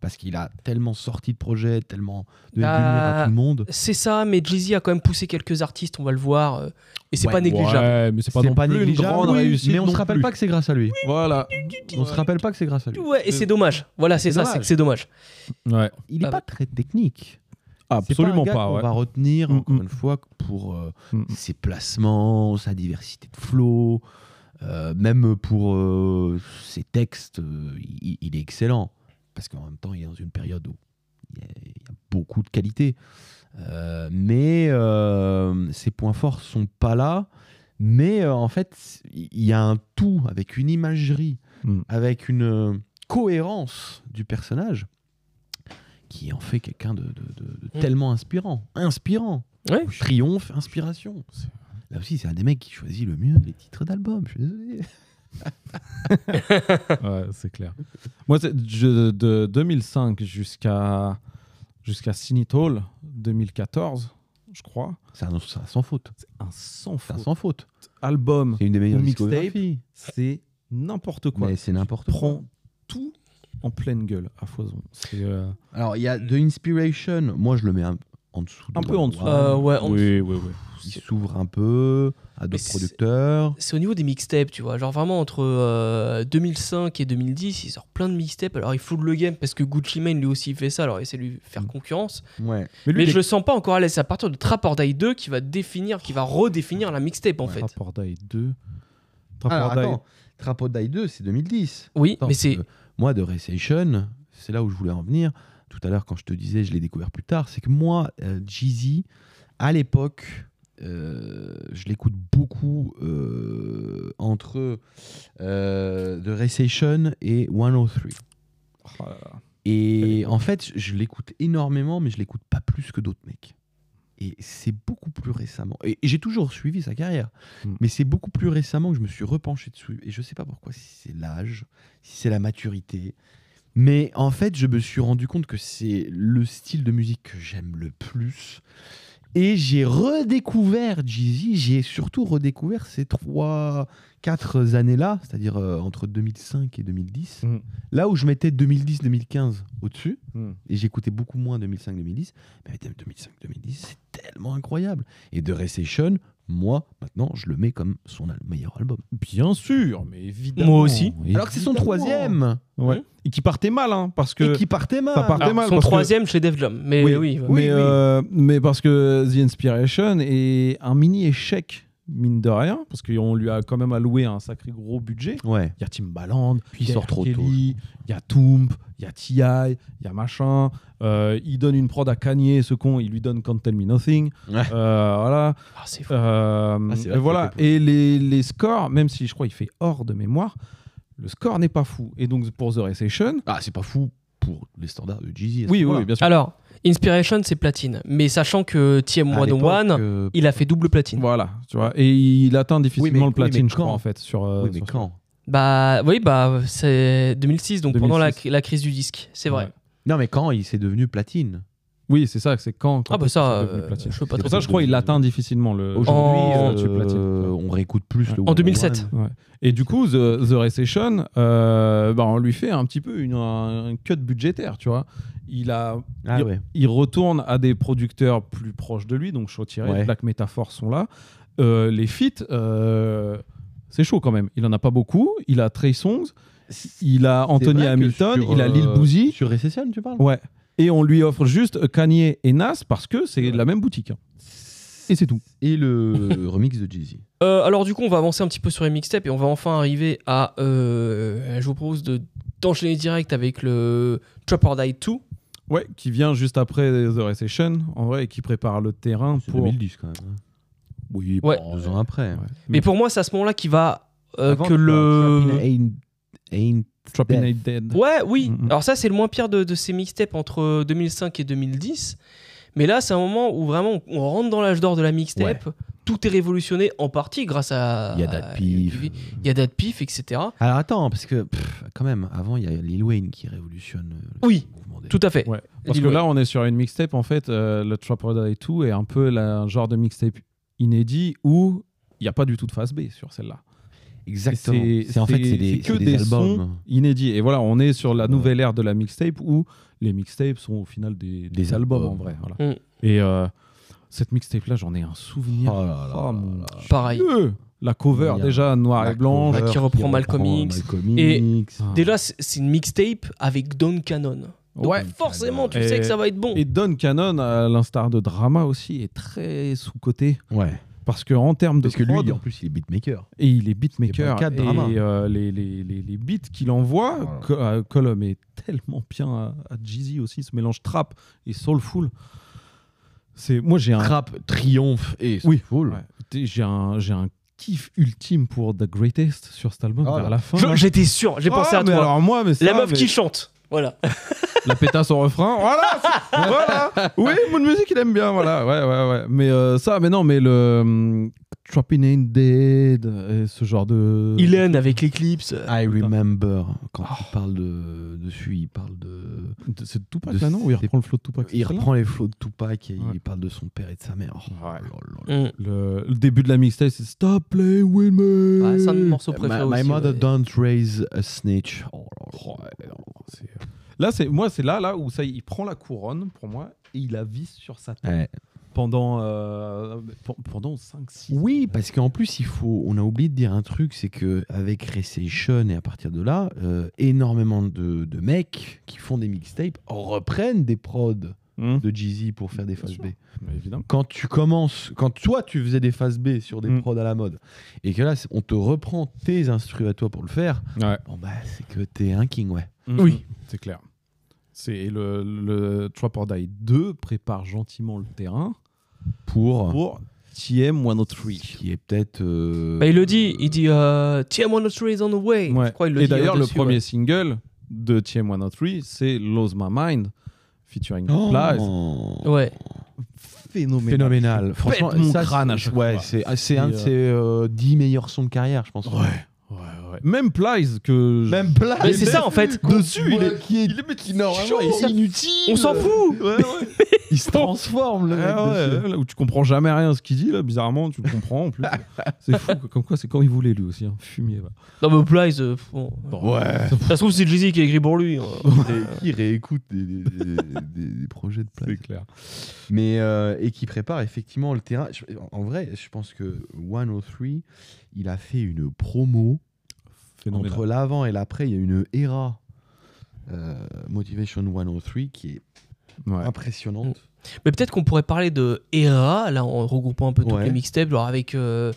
Parce qu'il a tellement sorti de projets, tellement de Bah, lumière à tout le monde. C'est ça, mais Jeezy a quand même poussé quelques artistes, on va le voir, euh, et c'est Ouais, pas négligeable. Ouais, mais c'est pas non plus une grande oui, réussite. mais on non se rappelle plus. pas que c'est grâce à lui. Voilà. On se rappelle pas que c'est grâce à lui. Ouais, et c'est dommage. Voilà, c'est ça, C'est c'est que c'est dommage. Ouais. Il est Ah pas très technique. C'est bah. Absolument un gars pas. qu'on ouais. va retenir Mm, encore mm. une fois pour euh, Mm. ses placements, sa diversité de flow, euh, même pour euh, ses textes, euh, il, il est excellent parce qu'en même temps il est dans une période où il y a, il y a beaucoup de qualité. Euh, mais euh, ses points forts sont pas là. Mais euh, en fait, il y a un tout avec une imagerie, Mm. avec une euh, cohérence du personnage qui en fait quelqu'un de, de- de- de Mm. tellement inspirant. Inspirant. Ouais. Triomphe, inspiration. Là aussi, c'est un des mecs qui choisit le mieux les titres d'albums. Je suis désolé. mm. Ouais, c'est clair. Moi, c'est- je- de 2005 jusqu'à jusqu'à Cine Hall, 2014, je crois. C'est un, c'est un sans faute. C'est un sans C'est un faute. sans faute. Album, C'est une des meilleures mixtape, discographies. c'est n'importe quoi. Mais c'est n'importe quoi. Prends tout en pleine gueule à foison. C'est euh, Alors, il y a The Inspiration. Moi, je le mets un, en dessous. de un peu en dessous. Ah, One. Euh, ouais, en oui, oui, oui. Il s'ouvre un peu à Mais d'autres c'est- producteurs. C'est au niveau des mixtapes, tu vois. Genre vraiment entre euh, 2005 et 2010, il sort plein de mixtapes. Alors il fout le game parce que Gucci Mane lui aussi il fait ça, alors il essaie de lui faire concurrence. Ouais. Mais Mm. lui, mais il je le sens pas encore à l'aise. C'est à partir de Trap or Die 2 qui va définir, qui va redéfinir la mixtape en est fait. Trap or Die 2. Trap Alors, or Die- attends. Trap or Die 2, c'est 2010. Oui, Attends, mais c'est. euh, parce que Moi, de Recession, c'est là où je voulais en venir. Tout à l'heure, quand je te disais, je l'ai découvert plus tard. C'est que moi, euh, Jeezy, à l'époque, euh, je l'écoute beaucoup euh, entre euh, The Recession et 103. Oh là là. Et en fait, je l'écoute énormément, mais je l'écoute pas plus que d'autres mecs. Et c'est beaucoup plus récemment. Et j'ai toujours suivi sa carrière, Mm. mais c'est beaucoup plus récemment que je me suis repenché dessus. Et je sais pas pourquoi, si c'est l'âge, si c'est la maturité. Mais en fait, je me suis rendu compte que c'est le style de musique que j'aime le plus. Et j'ai redécouvert Jeezy, j'ai surtout redécouvert ces trois, quatre années-là, c'est-à-dire euh, entre 2005 et 2010. Mm. Là où je mettais 2010-2015 au-dessus, Hmm. et j'écoutais beaucoup moins 2005-2010, mais 2005-2010, c'est tellement incroyable. Et The Recession, moi, maintenant, je le mets comme son al- meilleur album. Bien sûr, mais évidemment. Moi aussi. Alors que c'est son Évidemment. troisième, Hmm. Ouais. Et qui partait mal, hein, parce que. et qui partait mal. ça partait Alors, mal son parce que- troisième chez Def Jam. Mais eh oui, oui. mais, euh, mais parce que The Inspiration est un mini échec, mine de rien, parce qu'on lui a quand même alloué un sacré gros budget. Ouais. Il y a Timbaland, puis il sort trop tôt, Il y a Toomp, il y a T.I., il y a machin. Euh, il donne une prod à Kanye, ce con, il lui donne Can't Tell Me Nothing. Ouais. Euh, voilà. Ah, c'est fou. Euh, Ah, c'est vrai et qu'il voilà. fait Et les, les scores, même si je crois qu'il fait hors de mémoire, le score n'est pas fou. Et donc pour The Recession, Ah, c'est pas fou pour les standards de Jeezy. à ce oui, oui, moment-là. oui, bien sûr. Alors, Inspiration, c'est platine. Mais sachant que À Ah, TM101, l'époque, euh, il a fait double platine. Voilà, tu vois. Et il atteint difficilement mais- le platine, oui, mais je crois, quand en fait. Sur, euh, oui, mais sur- quand Bah oui, bah c'est 2006, donc pendant la, 2006. la crise du disque, c'est vrai. Ouais. Non, mais quand il s'est devenu platine Oui, c'est ça, c'est quand. quand Ah bah ça, c'est devenu euh, platine. je peux pas C'est trop. pour ça, je crois, il atteint difficilement le. Aujourd'hui, En- euh, tu platines. on réécoute plus le En 2007. Et du coup, The, The Recession, euh, bah, on lui fait un petit peu une, un cut budgétaire, tu vois. Il, a, Ah Il- ouais. il retourne à des producteurs plus proches de lui, donc Chautiré, Ouais. Black Metaphor sont là. Euh, les feats, euh, c'est chaud quand même. Il en a pas beaucoup. Il a Trey Songs, il a Anthony Hamilton, il a Lil Oh. Boozy. euh, Sur Recession, tu parles Ouais. Et on lui offre juste euh, Kanye et Nas parce que c'est la même boutique. hein. Et c'est tout. Et le remix de Jeezy. Euh, alors du coup, on va avancer un petit peu sur les mixtapes et on va enfin arriver à. euh, je vous propose de d'enchaîner direct avec le Trap or Die 2. Ouais, qui vient juste après The Recession, en vrai, et qui prépare le terrain C'est pour. 2010 quand même. hein. Oui, Ouais. bon, deux ans après. Ouais. Mais pour moi, c'est à ce moment-là qu'il va euh, Avant, que tu le. vois, Trappin' Ain't- Ain't- Trappin' Death. Ain't Dead. Ouais, oui. Mhm. Alors ça, c'est le moins pire de, de ces mixtapes entre 2005 et 2010. Mais là, c'est un moment où vraiment on on rentre dans l'âge d'or de la mixtape. Tout est révolutionné en partie grâce à. Il y a Dat Piff. à- Il y a Dat Piff, etc. Alors attends, parce que pff, quand même, avant il y a Lil Wayne qui révolutionne euh, Oui, le mouvement des- tout à fait. Ouais. Parce Lil que Wayne. là, on est sur une mixtape, en fait, euh, le Trap or Die 2 est un peu la- un genre de mixtape inédit où il n'y a pas du tout de face B sur celle-là. Exactement. Et C'est en fait c'est c'est des, que c'est des, sons albums, inédits. Et voilà, on est sur la Ouais. nouvelle ère de la mixtape où les mixtapes sont au final des, des Des albums, albums. en vrai. voilà. Mm. Et euh, cette mixtape-là, j'en ai un souvenir. Oh là là Oh, mon là là. Pareil. Dieu La cover, Manière. déjà, noire La et blanche. cover Qui reprend Malcolm X. Malcolm Et- X. Déjà, c'est c'est une mixtape avec Don Cannon. Donc Ouais. forcément, tu Et- sais que ça va être bon. Oh. Et Don Cannon, à l'instar de Drama aussi, est très sous-coté. Ouais. Parce que en termes de Parce que lui prod, en plus il est beatmaker. et il est beatmaker, bah, C'est pas le cas de et Drama. euh, les, les, les, les beats qu'il envoie, Voilà. Co- euh, Colum est tellement bien à, à Jeezy aussi, ce mélange trap et soulful. C'est, moi, j'ai un, Trap, triomphe et Oui. Soulful. ouais, j'ai, un, j'ai un kiff ultime pour The Greatest sur cet album Oh vers là. la fin. Je- là. J'étais sûr, j'ai Ah, pensé à mais toi. alors moi, mais la ça, meuf mais- qui chante. Voilà. la pétasse en refrain. Voilà, c'est- voilà. Oui, Moon Music, il aime bien. Voilà, ouais, ouais, ouais. Mais euh, ça, mais non, mais le hum, Trappin' Ain't Dead, et ce genre de. Hélène avec l'éclipse. I remember quand il parle de dessus, il parle de De- C'est Tupac de- là, non Ou il c'est- reprend le flow de Tupac il c'est reprend les flots de Tupac et Ouais. il parle de son père et de sa mère. Oh, là là là. Mm. Le, le début de la mixtape, c'est Stop playing with me. Ouais, c'est un de mes morceaux My, préférés my aussi. mother ouais. don't raise a snitch. Oh là là. C'est- euh, Là, c'est moi, c'est là, là où ça, y est, il prend la couronne pour moi et il la visse sur sa tête Ouais. pendant euh, pe- pendant 5 6 Oui, parce qu'en plus, il faut, on a oublié de dire un truc, c'est que avec Recession et à partir de là, euh, énormément de, de mecs qui font des mixtapes reprennent des prods de Jeezy pour faire des Bien phases sûr. B. Mmh. évidemment. Quand tu commences, quand toi tu faisais des phases B sur des Mm. prods à la mode, et que là c'est- on te reprend tes instrus à toi pour le faire, Ouais. bon bah c'est que t'es un king, ouais. Oui, Mmh. c'est clair. C'est le, le Trap or Die 2 prépare gentiment le terrain Pour, pour TM103. ce qui est peut-être. euh, Bah, il le dit, il dit euh, TM103 is on the way. Ouais. Je crois qu'il le Et dit d'ailleurs, le au-dessus, premier ouais. single de TM103, c'est Lose My Mind, featuring Oh. Pla. Ouais. Phénoménal. Phénoménal. Franchement, Pète mon ça, crâne c'est- à chaque ouais, fois. c'est ah, c'est un de Et, euh, ses euh, 10 meilleurs sons de carrière, je pense. Ouais, ouais. Même Plies que. je- Même plat. Mais c'est ça en fait. Dessus, il est- qui est, il est, chaud. inutile. On s'en fout. Il se transforme le Ouais, mec. Ah ouais, dessus. ouais, là où tu comprends jamais rien ce qu'il dit, là, bizarrement, tu le comprends en plus. c'est fou, quoi. comme quoi, c'est quand il voulait lui aussi, hein. fumier. va. Non mais Plies, euh, bon. Ouais. ça se trouve c'est Jeezy qui a écrit pour lui. hein. Et qui réécoute des, des- des- des- des projets de plat. C'est clair. Mais euh, et qui prépare effectivement le terrain. Je- en vrai, je pense que 103, il a fait une promo Phénoménal. entre l'avant et l'après. Il y a une era euh, Motivation 103 qui est Ouais. impressionnante. Mais peut-être qu'on pourrait parler de Era, là en regroupant un peu toutes Ouais. les mixtapes, genre avec euh,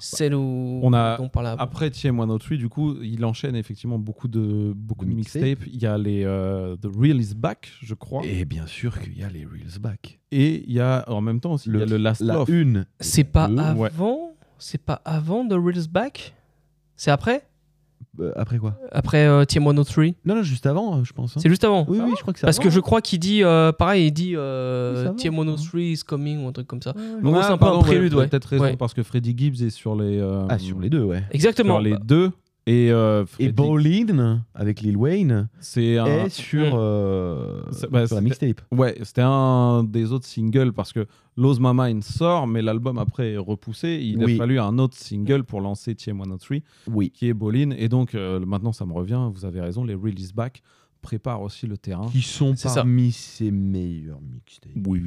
celle où On a- dont on parle après. Après TM103, du coup, il enchaîne effectivement beaucoup de, beaucoup De de mixtapes. mixtapes. Il y a les euh, The Real is Back, je crois. Et Et bien sûr qu'il y a les Reels Back. il y a en même temps aussi le, Le- le Last La Love. une. C'est pas Deux, avant, c'est pas avant The Reels Back, c'est après. euh, après quoi Après euh, Tiamano 3. Non, non, juste avant, euh, je pense. hein. C'est juste avant. Oui, oui, je crois que c'est Parce avant, que hein. je crois qu'il dit, euh, pareil, il dit Oui, ça euh, va, Tiamano hein. 3 is coming ou un truc comme ça. Ouais, ouais. En gros, c'est un peu un prélude, ouais. Ah, Peut-être raison, Ouais. parce que Freddy Gibbs est sur les, euh, Ah, sur les deux, ouais. Exactement. Bah, sur les deux. Et, euh, Et Freddy- Bowling avec Lil Wayne c'est un- est sur, Mm. euh, C'est- bah, sur la c'est- mixtape. Ouais, c'était un des autres singles parce que Lose My Mind sort, mais l'album après est repoussé. Il Oui. a fallu un autre single pour lancer TM103, Oui. qui est Bolin. Et donc, euh, maintenant, ça me revient, vous avez raison, les release back préparent aussi le terrain. Qui sont C'est ça. parmi ses meilleurs mixtapes. Oui,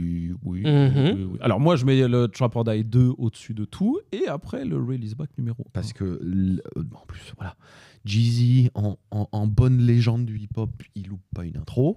oui, Mhm. oui, oui. Alors, moi, je mets le Trapper Die 2 au-dessus de tout, et après le release back numéro un. Parce que, l- euh, en plus, voilà, Jeezy, en, en- en bonne légende du hip-hop, il loupe pas une intro.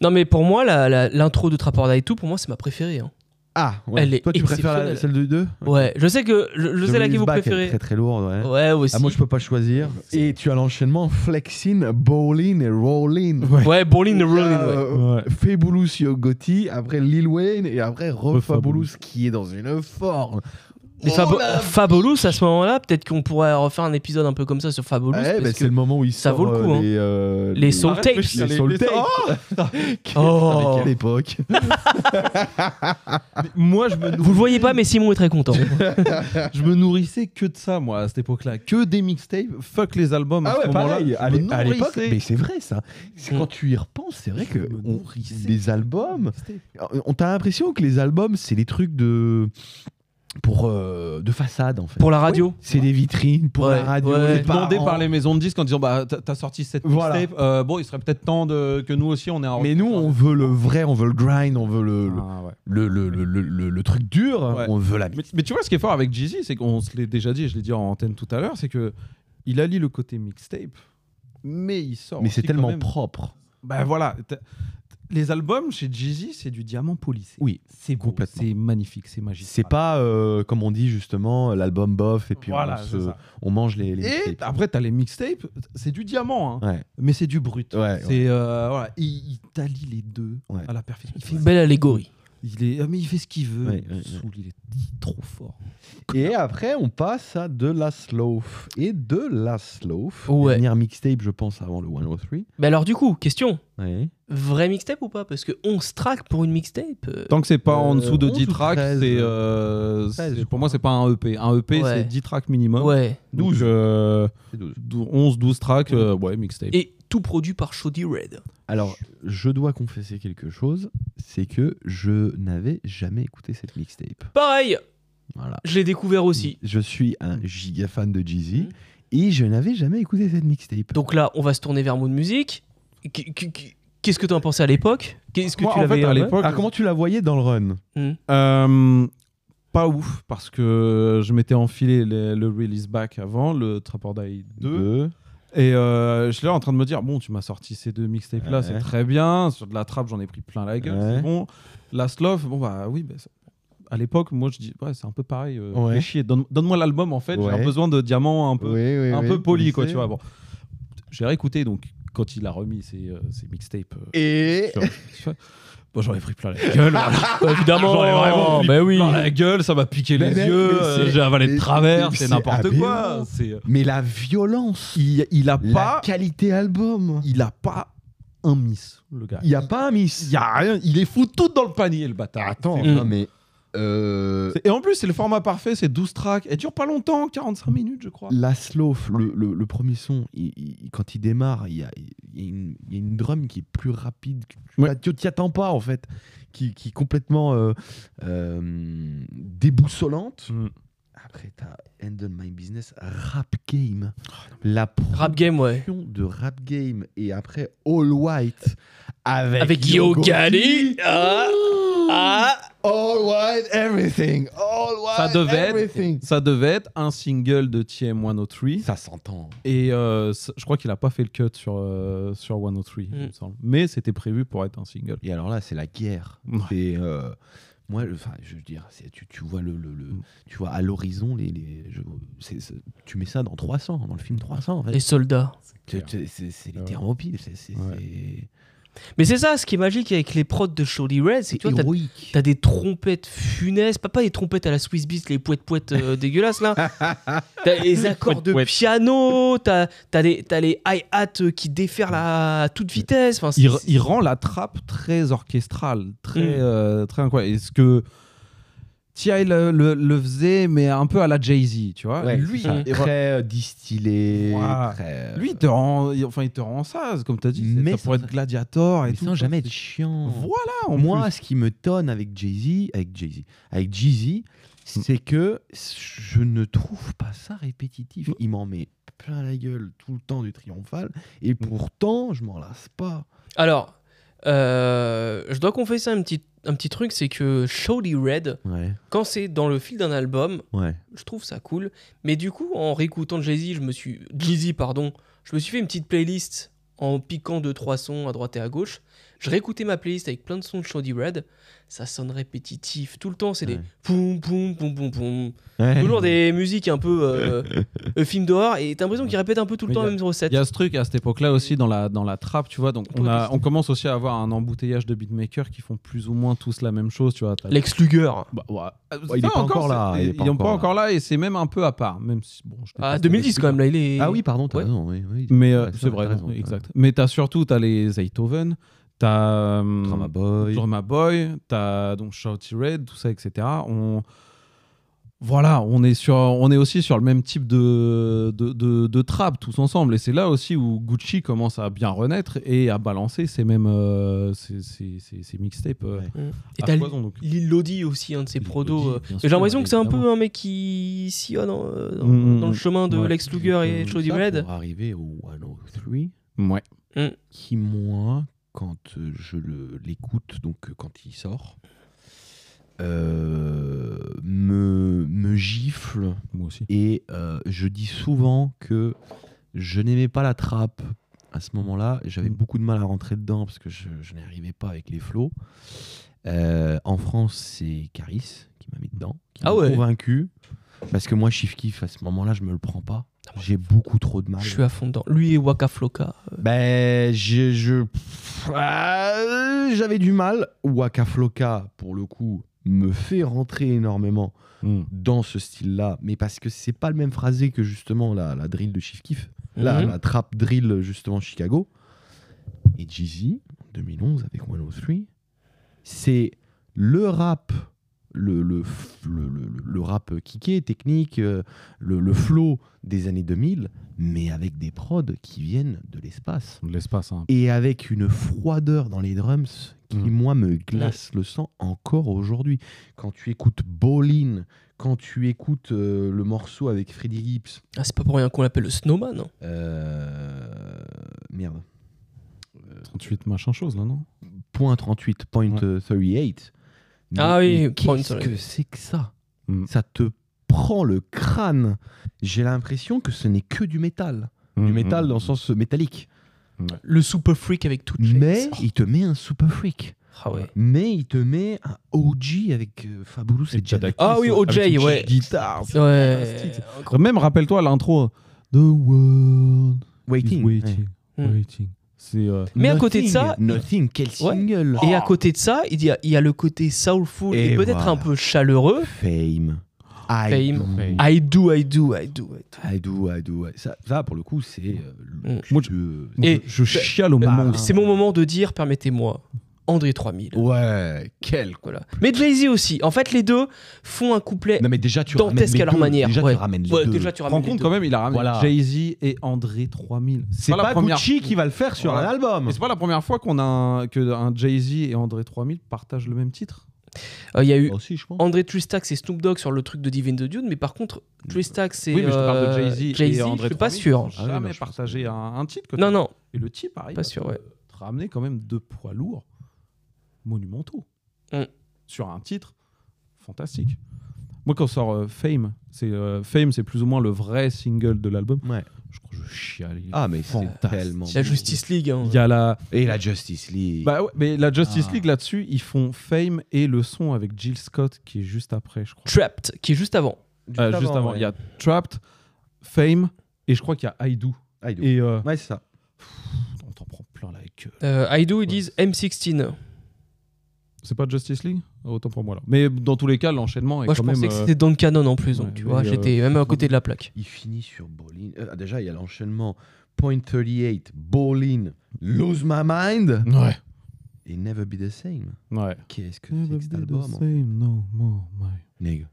Non, mais pour moi, la- la- l'intro de Trapper Die 2, pour moi, c'est ma préférée. hein. Ah, ouais. Elle est toi tu préfères la- exceptionnelle. celle de deux Ouais, je sais que je, je The sais laquelle Release vous Back, elle est préférez. Très très lourde, ouais. Ouais, aussi. Ah, moi je peux pas choisir. Et tu as l'enchaînement Flexin, Bowling et Rolling. Ouais. Ouais, Bowling the Rolling. Euh, ouais. Ouais. Fabulous Yo Gotti, après Lil Wayne et après Refabulous Refabulous. qui est dans une forme. Mais Oh Fabo- là Fabulous, à ce moment-là, peut-être qu'on pourrait refaire un épisode un peu comme ça sur Fabulous. Ouais, parce bah, que- c'est le moment où il ça sort, vaut le coup, euh, hein. Les, euh, Les soul Arrête, tapes. Les Les soul tapes. tapes. Oh. Putain, mais quelle époque. Moi, je me, Vous le voyez pas, mais Simon est très content. je me nourrissais que de ça, moi, à cette époque-là. Que des mixtapes, fuck les albums. à Ah ce ouais, moment-là. pareil, à Je me l'é- à l'époque. nourrissais. Mais c'est vrai ça. C'est Mm. quand tu y repenses, c'est vrai Je que me on- nourrissais. les albums, euh, on t'a l'impression que les albums, c'est des trucs de pour euh, de façade en fait. Pour la radio. C'est des vitrines pour Ouais, la radio. ouais. les demandé parents. par les maisons de disques en disant bah t'as t'as sorti cette Voilà. mixtape euh, bon il serait peut-être temps de, que nous aussi on ait un Mais nous, on veut le vrai, on veut le grind, on veut le, Ah, ouais. le, le, le, le- le- le truc dur, Ouais. on veut la. mais, mais tu vois ce qui est fort avec Jeezy c'est qu'on se l'est déjà dit et je l'ai dit en antenne tout à l'heure c'est que il allie le côté mixtape mais il sort Mais c'est aussi quand tellement même- propre. bah voilà t'as- les albums chez Jeezy c'est du diamant polissé Oui, c'est beau, complètement. c'est magnifique c'est magique C'est pas euh, comme on dit justement l'album bof et puis voilà on, c'est se- ça. on mange hein, les. les et mixtapes. après t'as les mixtapes c'est du diamant hein, Ouais. mais c'est du brut Ouais, c'est euh, voilà il, il t'allie les deux Ouais. à la perfection Il fait une belle allégorie. Il est, ah, mais il fait ce qu'il veut. Ouais, il ouais, me saoule, il est il est trop fort. Et après, on passe à De La Sloth. Et De La Sloth, Ouais. dernière mixtape, je pense, avant le 103. Mais alors, du coup, question Ouais. vrai mixtape ou pas Parce que 11 tracks pour une mixtape. euh, Tant que c'est pas en Euh, dessous de 11 10 ou tracks, 13, c'est, euh, euh, 13, c'est- je pour moi c'est pas un EP. Un EP Ouais. c'est 10 tracks minimum. Ouais. Donc, 12. euh, C'est 12. dou- 11 12 tracks euh, ouais mixtape. Et tout produit par Shoddy Red. Alors, je dois confesser quelque chose, c'est que je n'avais jamais écouté cette mixtape. Pareil, Voilà. je l'ai découvert aussi. Je suis un giga fan de Jeezy Mhm. Mmh. et je n'avais jamais écouté cette mixtape. Donc là, on va se tourner vers Mood Music. Qu- qu- qu- Qu'est-ce que t'en pensais à l'époque Qu'est-ce que Moi, tu en l'avais fait à euh, l'époque Ah, comment tu la voyais dans le run euh, pas ouf parce que je m'étais enfilé les- le release back avant le Trapper Die 2 Deux. Et euh, je suis là en train de me dire bon, tu m'as sorti ces deux mixtapes là, Ouais. c'est très bien. Sur de la trappe, j'en ai pris plein la gueule, Ouais. c'est bon. La sloth, bon bah oui, bah, c'est- à l'époque, moi je dis ouais, c'est un peu pareil. euh, Ouais. fais chier, donne- donne-moi l'album en fait. Ouais. J'ai besoin de diamants un peu, Oui, oui, un oui, peu poli quoi, lycée. tu vois. Bon, j'ai réécouté donc quand il a remis ses, euh, ses mixtapes. euh, Et sur- tu vois. Bon, j'en ai pris plein la gueule, voilà. Bah, Évidemment, J'en ai vraiment pris bah oui. plein la gueule, ça m'a piqué Mais les mec, mais yeux, euh, c'est- j'ai avalé mais- de travers, mais c'est c'est n'importe aberrant. quoi. C'est, euh, mais la violence, Il, il a la pas, qualité album. il a pas un miss, le gars. Il y a pas un miss. Il y a rien, il les fout toutes dans le panier, le bâtard. Attends, C'est- non, mais euh, c'est- Et en plus, c'est le format parfait, c'est 12 tracks. Elle dure pas longtemps, 45 minutes, je crois. La sloth, le, le- le premier son, il- il- quand il démarre, il y a, il y a une, il y a une drum qui est plus rapide. que- Tu Ouais. t'as- tu t'y attends pas, en fait. Qui, qui est complètement euh, euh, déboussolante. Mm. Après, t'as Handle My Business, Rap Game. Oh, La Rap game, ouais. production de Rap Game. Et après, All White. Avec, Avec Yo Gotti. Ah, ah. All White, everything. All White, Ça devait, everything. être, ça devait être un single de TM103. Ça s'entend. Et euh, c- je crois qu'il a pas fait le cut sur, euh, sur 103, il Mm. me semble. Mais c'était prévu pour être un single. Et alors là, c'est la guerre. Ouais. C'est euh, moi, le- enfin, je veux dire, c'est- tu, tu vois le, le- le- Mm. tu vois à l'horizon les, les- je- c'est- c'est- tu mets ça dans 300, dans le film 300 en fait. Les soldats. C'est- c'est- C'est c'est les Ah Ouais. Thermopyles, c'est c'est- Ouais. c'est- Mais c'est ça, ce qui est magique avec les prods de Shorty Red, c'est que tu vois, t'as- héroïque. T'as des trompettes funestes, pas, pas des trompettes à la Swiss Beat, les poètes poètes dégueulasses là. T'as les accords de Pouet-pouet. piano, t'as t'as les, t'as les hi-hats euh, qui déferlent à toute vitesse. Enfin, c'est- il, il rend la trappe très orchestrale, très, Mm. euh, très incroyable. Et ce que T.I. le, le- le faisait, mais un peu à la Jay-Z, tu vois. Ouais, lui, c'est ça. il- très euh, distillé, Voilà. très. euh, lui, il te rend, il- enfin, il te rend ça, comme tu as dit. c'est- Mais ça sans- pourrait être gladiator et mais tout. sans ça, jamais c'est- être chiant. Voilà, en Moi, ce qui me tonne avec Jay-Z, avec Jay-Z, avec Jay-Z, c'est que je ne trouve pas ça répétitif. Il m'en met plein la gueule tout le temps du triomphal, et pourtant, je m'en lasse pas. Alors, euh, je dois confesser un petit, un petit truc, c'est que Shorty Red, Ouais, quand c'est dans le fil d'un album, ouais. je trouve ça cool. Mais du coup, en réécoutant Jay-Z, je me suis Jay-Z, pardon, je me suis fait une petite playlist en piquant deux trois sons à droite et à gauche. Je réécoutais ma playlist avec plein de sons de Shoddy Red. Ça sonne répétitif tout le temps. C'est des Ouais. poum poum poum poum poum. Toujours des musiques un peu euh, euh, film d'horreur et t'as l'impression qu'ils répètent un peu tout le Mais temps y la a- même recette. Il y a ce truc à cette époque-là aussi dans la, dans la trappe, tu vois. Donc On on, a- peut- on commence aussi à avoir un embouteillage de beatmakers qui font plus ou moins tous la même chose, tu vois. T'as- Lex Luger. Bah, ouais. Ah, il est Ça, pas encore là, c'est- il est Ils pas n'ont encore pas là. encore là et c'est même un peu à part, même si bon. je Ah, déteste 2010 les quand même là, il est. Ah oui, pardon, t'as Ouais. Mm. raison. Oui, oui. Mais euh, Ouais, ça, c'est vrai, t'as raison, non, t'as exact. Mais t'as surtout t'as les Beethoven, t'as euh, raison. Drama Boy. Drama Boy, t'as donc Shouty Red, tout ça, etc. On voilà, on est sur, on est aussi sur le même type de de, de, de trap tous ensemble, et c'est là aussi où Gucci commence à bien renaître et à balancer ses mêmes euh, ses, ses- ses- ses mixtapes. euh, Ouais. Et à t'as foison, donc. Lil Lodi aussi, un de ses Lil prodos. Lodi, euh, bien J'ai sûr, l'impression que c'est un peu évidemment. un mec qui sillonne euh, dans, Mm, dans le mm, chemin de ouais. Lex Luger et Donc, Jody Mm. ça, Red. Pour arriver au 103, mm. Ouais. qui moi, quand euh, je le- l'écoute, donc euh, quand il sort, euh, me, me gifle Moi aussi. et euh, je dis souvent que je n'aimais pas la trappe à ce moment-là. J'avais Mm. beaucoup de mal à rentrer dedans parce que je, je n'arrivais pas avec les flots. Euh, en France, c'est Caris qui m'a mis dedans, qui Ah m'a ouais. convaincu. Parce que moi, Chief Kiff, à ce moment-là, je me le prends pas. Ah, moi, J'ai beaucoup trop de mal. Je suis à fond dedans. Lui et Waka Flocka. Ben, je. je- pff, euh, J'avais du mal. Waka Flocka, pour le coup, me fait rentrer énormément Mm. dans ce style-là, mais parce que c'est pas le même phrasé que justement la, la drill de Chief Keef, la, Mhm. la trap drill justement Chicago. Et Jeezy, en 2011, avec 103, c'est le rap, le, le, f- le, le- le- le rap kické, technique, euh, le, le flow des années 2000, mais avec des prods qui viennent de l'espace De l'espace. Hein. et avec une froideur dans les drums qui, Mm. moi, me glace le sang encore aujourd'hui. Quand tu écoutes Bolin, quand tu écoutes euh, le morceau avec Freddie Gibbs, Ah, c'est pas pour rien qu'on l'appelle le Snowman. hein. euh, merde, 38 machin chose là, non point 38, point Ouais. euh, 38. Mais- Ah oui, mais point qu'est-ce 38. que c'est que ça Mm. Ça te prend le crâne. J'ai l'impression que ce n'est que du métal. Mm, Du métal dans le sens métallique. Le Super Freak avec toute Mais il te met un super freak. Ah ouais. mais il te met un OG avec euh, Fabulous et, Et Jada. Jada- Ah oui, Avec OJ, une ouais. Ah Guitare. c'est Ouais. fantastique. Même rappelle-toi l'intro euh, The world Waiting. is waiting, Ouais. Mm. waiting. C'est euh, Mais à côté de ça- Nothing, quel Ouais. single. Oh, Et à côté de ça, il y a, il y a le côté soulful et, Et peut-être voilà. un peu chaleureux. Fame. I Fame. do. I do, I do, I do. I do. I do, I do. Ça, ça, pour le coup, c'est. euh, le Mm. cul Moi, de- Et- je chiale au moment où Ah. C'est mon moment de dire, permettez-moi, André 3000. Ouais, quel. quoi. Voilà. Mais Jay-Z aussi. En fait, les deux font un couplet Non, mais déjà, tu ramènes. dantesque les à leur deux. manière. Déjà, Ouais. tu ramènes les Ouais, deux. déjà, tu Rends ramènes les compte deux. quand même, il a ramené Voilà. Jay-Z et André 3000. C'est pas, Gucci qui va le faire sur Voilà. un album. Mais c'est pas la première fois qu'on a un, que un Jay-Z et André 3000 partagent le même titre. Euh, Il y a eu Aussi, je pense. André Tristax et Snoop Dogg sur le truc de Divine the Dune, mais par contre, Tristax et oui, mais je te parle de euh, Jay-Z Jay-Z, et André je suis pas 3000, sûr. ils ont Ah oui, jamais non, je pense partagé que- un, un titre. que Non, tu- non. Et le type arrive Pas à sûr, te- ouais. te ramener quand même deux poids lourds monumentaux Mm. sur un titre fantastique. Moi, quand sort euh, Fame, c'est euh, Fame, c'est plus ou moins le vrai single de l'album. Ouais. Je crois que je chiale. il est Ah, mais c'est fantastique. tellement. La bon. Justice League. hein. Il y a la, Et la Justice League. bah ouais, mais la Justice Ah. League là-dessus, ils font Fame et le son avec Jill Scott qui est juste après, je crois. Trapped, qui est juste avant. Euh, juste avant, il y a Trapped, Fame et je crois qu'il y a I Do. I do. Et euh, Ouais, c'est ça. on t'en prend plein la que. Euh, Aido, ils disent M16. C'est pas Justice League Autant pour moi là. Mais dans tous les cas, l'enchaînement est Moi, je quand même. pensais que euh, c'était Don Cannon en plus, donc ouais, tu mais, vois, euh, j'étais même à côté de la plaque. Il finit sur Bowling. Euh, déjà, il y a l'enchaînement Point 38, Bowling, Lose My Mind Ouais. et Never Be the Same. Ouais. Qu'est-ce que c'est que cet album hein? no Nègre.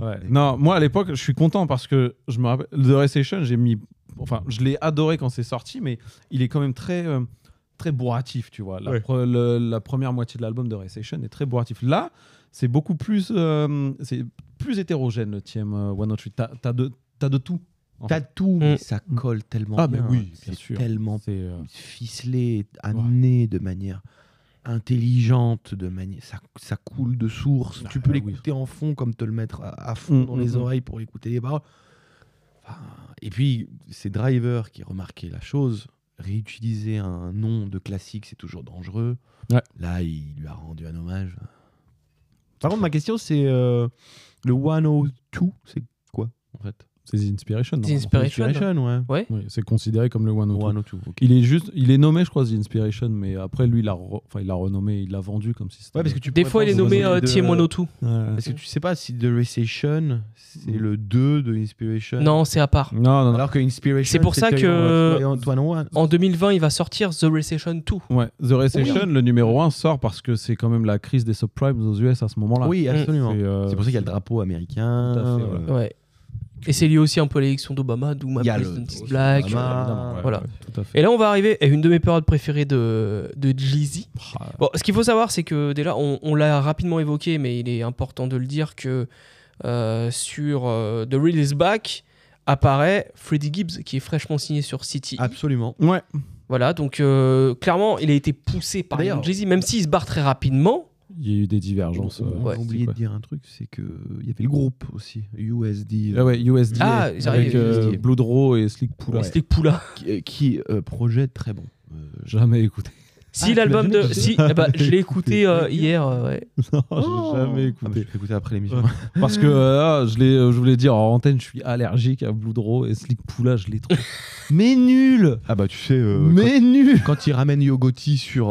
Ouais. Non, moi à l'époque, je suis content parce que je me rappelle The Recession, j'ai mis enfin, je l'ai adoré quand c'est sorti mais il est quand même très euh, très bourratif, tu vois. La, Ouais. pre- le- la première moitié de l'album de Recession est très bourratif. Là, c'est beaucoup plus euh, c'est plus hétérogène le TM euh, 103. T'as t'as de t'as de tout. T'as tout, mais Mm. ça colle tellement Ah, bien. hein. mais oui, bien C'est sûr. tellement C'est euh, ficelé, amené de manière intelligente, de manière ça, ça coule de source. Ah, tu peux oui. l'écouter en fond comme te le mettre à, à fond Mm, dans mm, les mm. oreilles pour écouter les paroles. Enfin, et puis c'est Driver qui a remarqué la chose. Réutiliser un nom de classique, c'est toujours dangereux. Ouais. Là, il lui a rendu un hommage. Par contre, ma question, c'est euh, le 102, c'est quoi en fait c'est The Inspiration. The normalement. Inspiration. ouais. Oui, c'est considéré comme le 103. 102, ok. Il est juste, il est nommé, je crois, The Inspiration, mais après lui, il l'a, re- enfin, il l'a renommé, il l'a vendu comme si c'était. Ouais, parce que tu Des pourrais fois, il est prendre nommé Resident euh, Evil Tiem deux. Onotu. Ouais. Parce que tu sais pas si The Recession, c'est Mm. le 2 de Inspiration. Non, c'est à part. Non, non, non. Alors que Inspiration, C'est pour ça c'était que- Antoine- Antoine Rouen. En 2020, il va sortir The Recession 2. Ouais, The Recession, le numéro 1 sort parce que c'est quand même la crise des subprimes aux US à ce moment-là. Oui, C'est, absolument. euh, C'est pour ça qu'il y a le drapeau américain. Tout à fait, ouais. euh, Hmm. Ouais. Et c'est lié aussi un peu à l'élection d'Obama, d'où ma Il y a le- President's Black. Obama. évidemment, ouais, Voilà. ouais, tout à fait. Et là, on va arriver à une de mes périodes préférées de, de Jeezy. Ah, Bon, ce qu'il faut savoir, c'est que déjà, on, on l'a rapidement évoqué, mais il est important de le dire que euh, sur euh, The Real Is Back apparaît Freddie Gibbs, qui est fraîchement signé sur City. Absolument. Ouais. Voilà, donc euh, clairement, il a été poussé par D'ailleurs- Jay-Z, même s'il se barre très rapidement. Il y a eu des divergences. on on euh, a oublié de ouais. dire un truc, c'est que euh, il y avait le groupe aussi, USD, Ah ouais, USD Ah, ils avec arrivent, euh, USD. Blue Draw et Slick Poula. Et C'était Poula. qui, qui, euh, projet très bon. Euh, Jamais écouté. Ah, Si tu l'album l'as de. jamais Si, écouté eh ben, je l'ai écouté euh, D'accord. hier. euh, ouais. Non, oh. j'ai jamais Ah, bah, je écouté. vais écouter après l'émission. Parce que euh, ah, je, l'ai- je voulais dire en antenne, je suis allergique à Blue Draw et Slick Poula, je les trouve. Mais nul Ah bah tu sais, euh, Mais nul quand, quand il ramène Yogoti sur,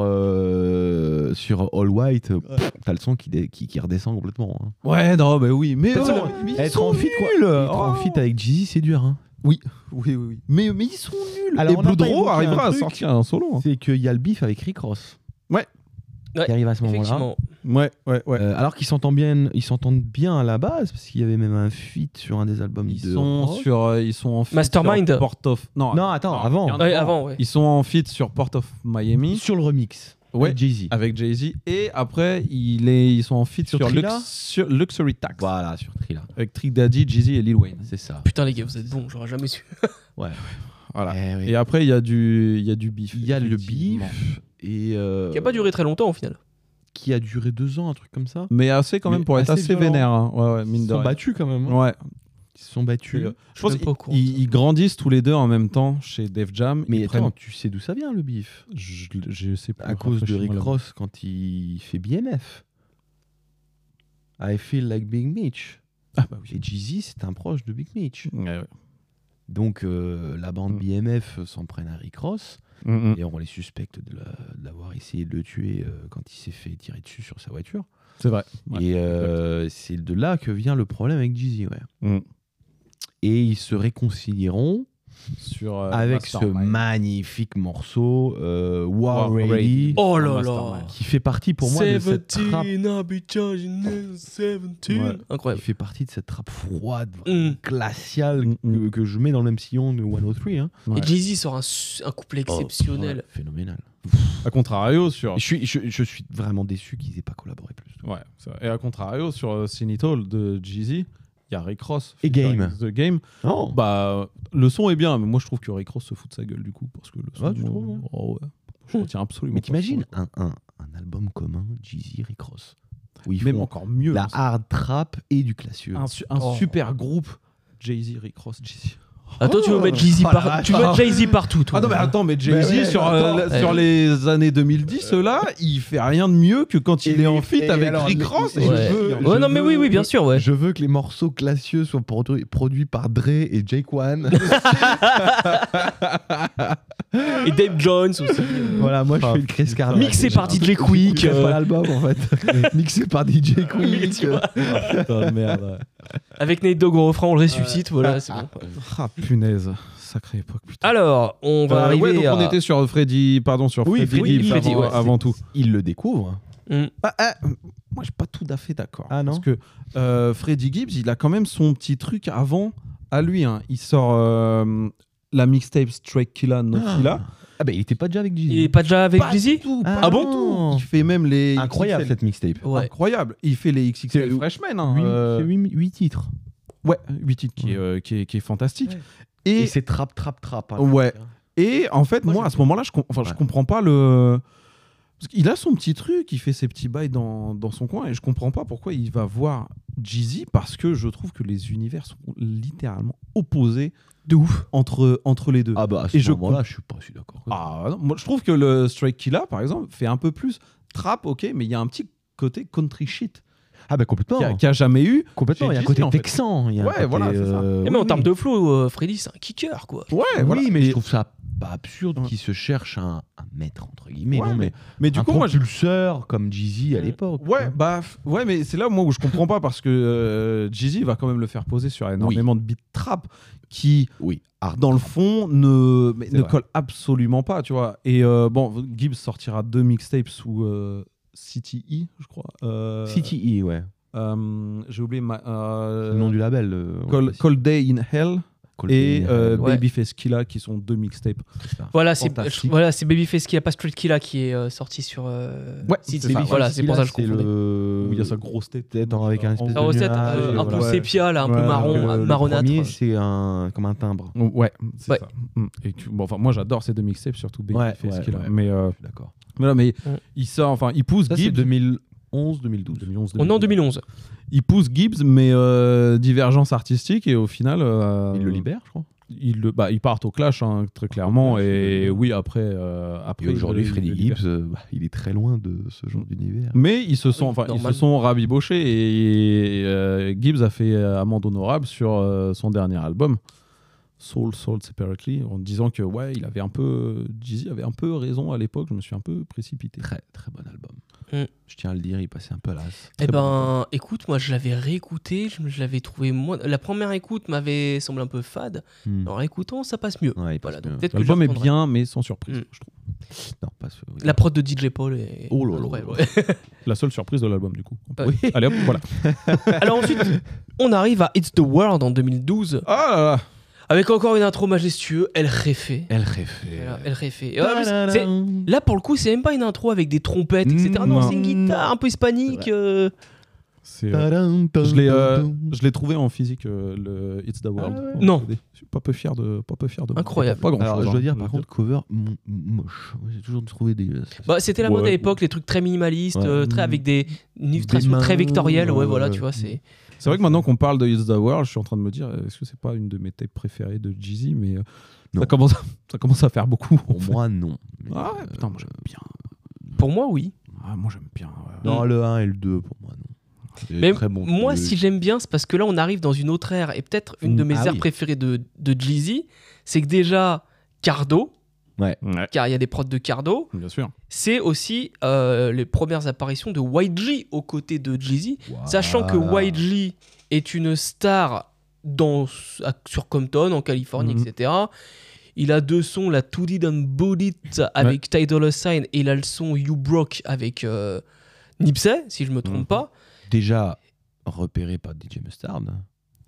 euh, sur All White, euh, pff, t'as le son qui, dé- qui, qui redescend complètement. hein. Ouais, non, mais oui, mais Parce oh, que mais ils Être sont en feat, quoi. nuls Être en Oh. feat avec Jeezy, c'est dur. hein. Oui, oui, oui. Mais, mais ils sont nuls. Alors, Et on n'a Blue pas Draw évoqué un arrivera à truc. sortir un solo. hein. C'est qu'il y a le bif avec Rick Ross. Ouais. Ouais, Qui arrive à ce moment-là. Effectivement. Ouais, ouais, ouais. Euh, alors qu'ils s'entendent bien, ils s'entendent bien à la base parce qu'il y avait même un feat sur un des albums ils de sont Ross. sur, euh, ils sont en feat Mastermind. sur Port of. Non, Non, attends, non, avant. il y en a Ouais, pas. avant, ouais. Ils sont en feat sur Port of Miami sur le remix. Ouais. Ah, Avec Jay-Z. avec Jay Z et après il est, ils sont en feat Sur sur, Trilla Lux- sur Luxury Tax Voilà, sur Trilla. avec Trick Daddy, Jay Z et Lil Wayne. C'est ça. Putain, les gars, vous êtes bons, j'aurais jamais su. Voilà. Eh oui. Et après il y a du, il y a du beef. Il y a le effectivement. bif et euh, Qui a pas duré très longtemps au final. qui a duré deux ans, un truc comme ça. Mais assez quand même Mais pour être assez assez violent. vénère. hein. Ouais, ouais, Ils mine se de sont rien. battus quand même. hein. Ouais. Ils se sont battus. Euh, Je pense même pas au courant, qu'ils ça. ils grandissent tous les deux en même temps chez Def Jam. Mais Ils attends, prennent- tu sais d'où ça vient le bif je, je sais pas. À cause de Rick Rafraîchis-moi la- Ross quand il fait BMF. I feel like Big Mitch. Ah bah oui. Et Jeezy, c'est un proche de Big Mitch. Ouais, ouais. Donc euh, la bande Mm. BMF euh, s'en prenne à Rick Ross Mm, mm. et on les suspecte de la- d'avoir essayé de le tuer euh, quand il s'est fait tirer dessus sur sa voiture. C'est vrai. Ouais. et euh, c'est de là que vient le problème avec Jeezy. Ouais. Mm. Et ils se réconcilieront Sur, euh, avec ce Mastermind. magnifique morceau euh, War, War Ready, Ready. Oh là là. Mastermind. qui fait partie pour moi de cette trappe, 17, I'll be charging you, 17. Ouais. qui Incroyable. fait partie de cette trappe froide, Mm. glaciale Mm, mm. que, que je mets dans le même sillon de 103. Hein. Ouais. Et Jay-Z sort un, su- un couple exceptionnel. Oh, Ouais, phénoménal. A contrario, sur. Je suis, je, je suis vraiment déçu qu'ils aient pas collaboré plus. Ouais, c'est vrai. Et à contrario, sur euh, Sinitol de Jeezy, il y a Rick Ross. Et featuring Game. The Game. Non. Bah, le son est bien, mais moi je trouve que Rick Ross se fout de sa gueule du coup. Parce que le son. Ah, tu trouves, ouais. Mmh. oh, ouais. Je retiens absolument. mais pas le son. t'imagines un, un, un album commun, Jeezy, Rick Ross, où ils Même font encore mieux. la hein, Ah, hard trap et du classieux. c'est Un, su- un Oh. super groupe. Jay-Z, Rick Ross, Jay-Z. Attends, tu veux mettre Jay-Z Oh la par- vache. tu veux mettre Jay-Z partout, toi. Ah non, mais attends, mais Jay-Z Bah ouais, sur, attends. euh, euh, sur les années 2010, là, il fait rien de mieux que quand il Et- est en feat et avec alors, Rick les- Ross. les- et Ouais. je veux- Ouais, je non, mais veux- oui, oui, bien sûr, ouais. Je veux que les morceaux classieux soient produ- produits par Dre et Jake One. Et Dave Jones aussi. voilà, moi je fais le Chris Carter. Ah, Mixé par DJ Quick. C'est pas euh, Ah, l'album en fait. Mixé par DJ Oui, Quick. tu vois. Putain, merde. ouais. Avec Nate Dogg au refrain, on le ressuscite, voilà, c'est bon. Ah punaise, sacrée époque. Putain. Alors, on va Euh, arriver ouais, donc à... on était sur Freddy, pardon, sur Oui, Freddy, Freddy, Gibbs Freddy, avant, ouais. avant tout. Il le découvre. Mm. Ah, ah, moi, je suis pas tout à fait d'accord. Bah, euh, Ah, non Parce que euh, Freddy Gibbs, il a quand même son petit truc avant à lui. hein. Il sort euh, la mixtape Straight Killa, No Killa. Ah bah il était pas déjà avec Il est Jay-Z. pas déjà avec Pas Jay-Z du tout, Ah pas du bon tout. Il fait même les. Incroyable XXL. cette mixtape. Ouais. Incroyable. Il fait les XXL C'est- Freshman. Huit- hein, euh, c'est huit- huit titres. Ouais, 8 titres qui, est, euh, qui est- qui est fantastique. Et, Et c'est trap, trap, trap. hein. ouais. Et en fait, Moi, moi, j'aime à ce moment-là, je, com- enfin, je Ouais. comprends pas le. Parce qu'il a son petit truc, il fait ses petits bails dans, dans son coin, et je comprends pas pourquoi il va voir Jeezy, parce que je trouve que les univers sont littéralement opposés De ouf. entre, entre les deux. Ah bah à ce Et je moment-là, je suis pas je suis d'accord. Ah, non, moi, je trouve que le Straight Killa, par exemple, fait un peu plus trap, ok, mais il y a un petit côté country shit Ah bah complètement. qu'il n'y a, qu'il y a jamais eu. Complètement, Chez il y a un Jay-Z, côté en fait. texan. il y a un Ouais, côté, voilà, c'est ça. euh, Eh, mais en oui, termes de flow, euh, Freddy, c'est un kicker, quoi. Ouais, oui, voilà. mais Et- je trouve ça pas absurde Ouais. qu'il se cherche un, un maître entre guillemets. Ouais, non, mais, mais du un coup, moi, je- propulseur comme Jeezy à Mm. l'époque. Euh, Ouais, bah, f- ouais, mais c'est là moi où je comprends pas parce que euh, Jeezy va quand même le faire poser sur énormément de beat trap qui, ah, oui. Hard. dans le fond, ne, mais C'est ne vrai. colle absolument pas, tu vois. Et euh, bon, Gibbs sortira deux mixtapes sous euh, City E, je crois. Euh, CTE, ouais. euh, J'ai oublié ma, C'est euh, le nom du label. euh, on Col- l'appelle. Cold Day in Hell Cold et Day. euh, Ouais. Babyface Killa qui sont deux mixtapes. Voilà, c'est Fantastique. je- voilà, c'est Babyface qui a pas Street Killa qui est euh, sorti sur. euh, Ouais, c'est City. ça, Voilà, Babyface c'est pour ça que je Killa, confondais. c'est le- où il y a sa grosse tête. Euh, Tête hein. en- avec un espèce La de recette, nuage, euh, un peu voilà. sépia, là, un peu Ouais, marron, euh, alors que le- le marronâtre. premier, c'est un comme un timbre. Ouais, c'est Ouais. ça. Mm. Et tu- bon, enfin, moi j'adore ces deux mixtapes, surtout Babyface ouais, Killa. ouais. Mais euh, Je suis D'accord. Voilà, mais Ouais. il sort, enfin, il pousse Ça c'est Gibbs. 2011, 2012. 2011, On est en 2011. Il pousse Gibbs, mais euh, divergence artistique, et au final. euh, Il le libère, je crois. il le- bah, Ils partent au clash, hein, très clairement, clash, et euh, oui, après. euh, après Et il aujourd'hui, le- il Freddy le libère. Gibbs, euh, bah, il est très loin de ce genre d'univers. Mais ils se sont, Oui, enfin, ils normal. se sont rabibochés, et, euh, Gibbs a fait euh, amende honorable sur euh, son dernier album. Soul, Soul Separately, en disant que ouais, il avait un peu, Jeezy avait un peu raison à l'époque, je me suis un peu précipité. Très très bon album. Mm. Je tiens à le dire, il passait un peu à l'as. Eh Très bon. ben, écoute, moi je l'avais réécouté, je, je l'avais trouvé moins. La première écoute m'avait semblé un peu fade. Mm. En réécoutant, ça passe mieux. Ouais, il passe Voilà, donc mieux. peut-être que je L'album est reprendrai. bien, mais sans surprise, Mm. je trouve. Non, pas ce- oui. La prod de DJ Paul est. Oh là là. incroyable. La seule surprise de l'album, du coup. Bah Oui. Allez hop, voilà. Alors ensuite, on arrive à It's the World en 2012, Ah là là avec encore une intro majestueuse, El Refe. Elle réfait. Voilà, El Refe. Et ouais, mais c'est- Là, pour le coup, c'est même pas une intro avec des trompettes, etc. Non, Non. c'est une guitare un peu hispanique. euh, C'est, euh, Je l'ai, euh, je l'ai trouvé en physique, euh, le It's the World. Ah ouais. en Non. CD. Je suis pas peu fier de, pas peu fier de. moi. Incroyable. Pas grand Alors, chose, je dois hein, dire, par veux contre, cover mo- moche. Moi, J'ai toujours trouvé des. Bah, c'était la mode Ouais. à l'époque, les trucs très minimalistes, Ouais. euh, très, avec des une illustration mains, très vectorielle. Ouais, ouais, voilà, ouais. tu vois, c'est. C'est vrai que maintenant qu'on parle de It's the World, je suis en train de me dire, euh, est-ce que c'est pas une de mes tapes préférées de Jeezy Mais euh, Non. ça commence, à, ça commence à faire beaucoup. en Pour fait. moi, non. Ah ouais, Euh, putain, moi j'aime bien. Pour moi, oui. Ah, moi j'aime bien. ouais. Non, le 1 et le 2, pour moi, non. C'est Mm. Mais très bon moi, truc. si j'aime bien, c'est parce que là, on arrive dans une autre ère. Et peut-être une de Mm, mes ah aires oui. préférées de, de Jeezy, c'est que déjà, Cardo, Ouais. car il y a des prods de Cardo, Bien sûr. c'est aussi euh, les premières apparitions de YG aux côtés de Jeezy. Voilà. Sachant que YG est une star dans, à- sur Compton, en Californie, Mm-hmm. Mhm. etc. Il a deux sons, la To Did and Booted avec Ty Dolla Sign et il a le son You Broke avec euh, Nipsey, si je me trompe Mm-hmm. Mhm. pas, Déjà repéré par DJ Mustard.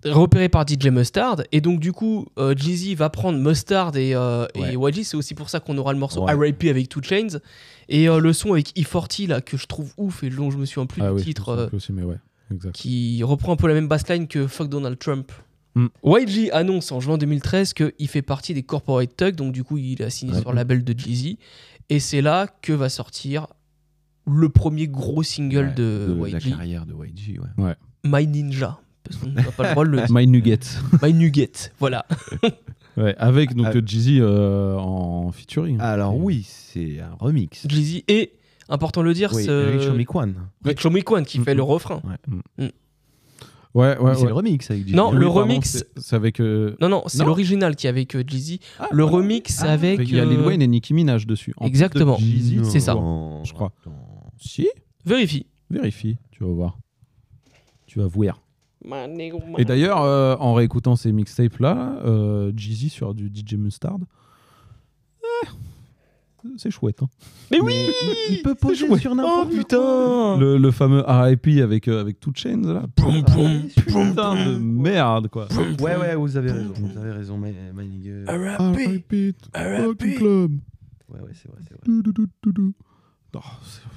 repéré par DJ Mustard. Et donc, du coup, euh, Jeezy va prendre Mustard et, euh, et YG. C'est aussi pour ça qu'on aura le morceau Ouais. R.I.P. avec Two Chains. Et euh, le son avec E40, là, que je trouve ouf et dont je me souviens plus Ah du oui, je titre. me souviens euh, plus aussi, mais ouais, exact. qui reprend un peu la même bassline que Fuck Donald Trump. Mm. YG annonce en juin 2013 qu'il fait partie des Corporate Tugs, donc du coup il a signé Ouais. sur le label de Jeezy, et c'est là que va sortir le premier gros single Ouais, de, la YG, carrière de YG, ouais. My Ninja, parce qu'on n'a pas le droit de le dire, My Nugget. My Nugget, voilà. Ouais, avec donc Ah. le Jeezy euh, en featuring. Alors Et- oui, c'est un remix. Jeezy et, important de le dire, Oui, c'est avec Show Me Kwan. Rick Shomikwan qui Mm, fait mm. le refrain. Ouais, ouais, Mais C'est ouais. le remix avec Jay-Z. Oui, Non, le pardon, remix- c'est- C'est avec. euh, Non, non, c'est Non. l'original qui est avec euh, Jeezy. ah, Le voilà. remix Ah, avec. Il y a Lil euh, Wayne et Nicki Minaj dessus. En plus de Exactement. Jeezy. c'est ça. Non, Je crois. attends. Si, Vérifie. vérifie, tu vas voir. Tu vas voir. Et d'ailleurs, euh, en réécoutant ces mixtapes-là, euh, Jeezy sur du DJ Mustard, eh, c'est chouette. hein. Mais oui Mais il, il peut poser joué. sur Oh n'importe putain Le, le fameux RIP avec, euh, avec Two Chains, là. Boum, boum, boum, Putain de boum. merde, quoi. Ouais, ouais, vous avez raison. Vous avez raison, mais Manigel. Ah R.I.P. Ah, R.I.P. club. Ouais, ouais, c'est vrai, c'est vrai.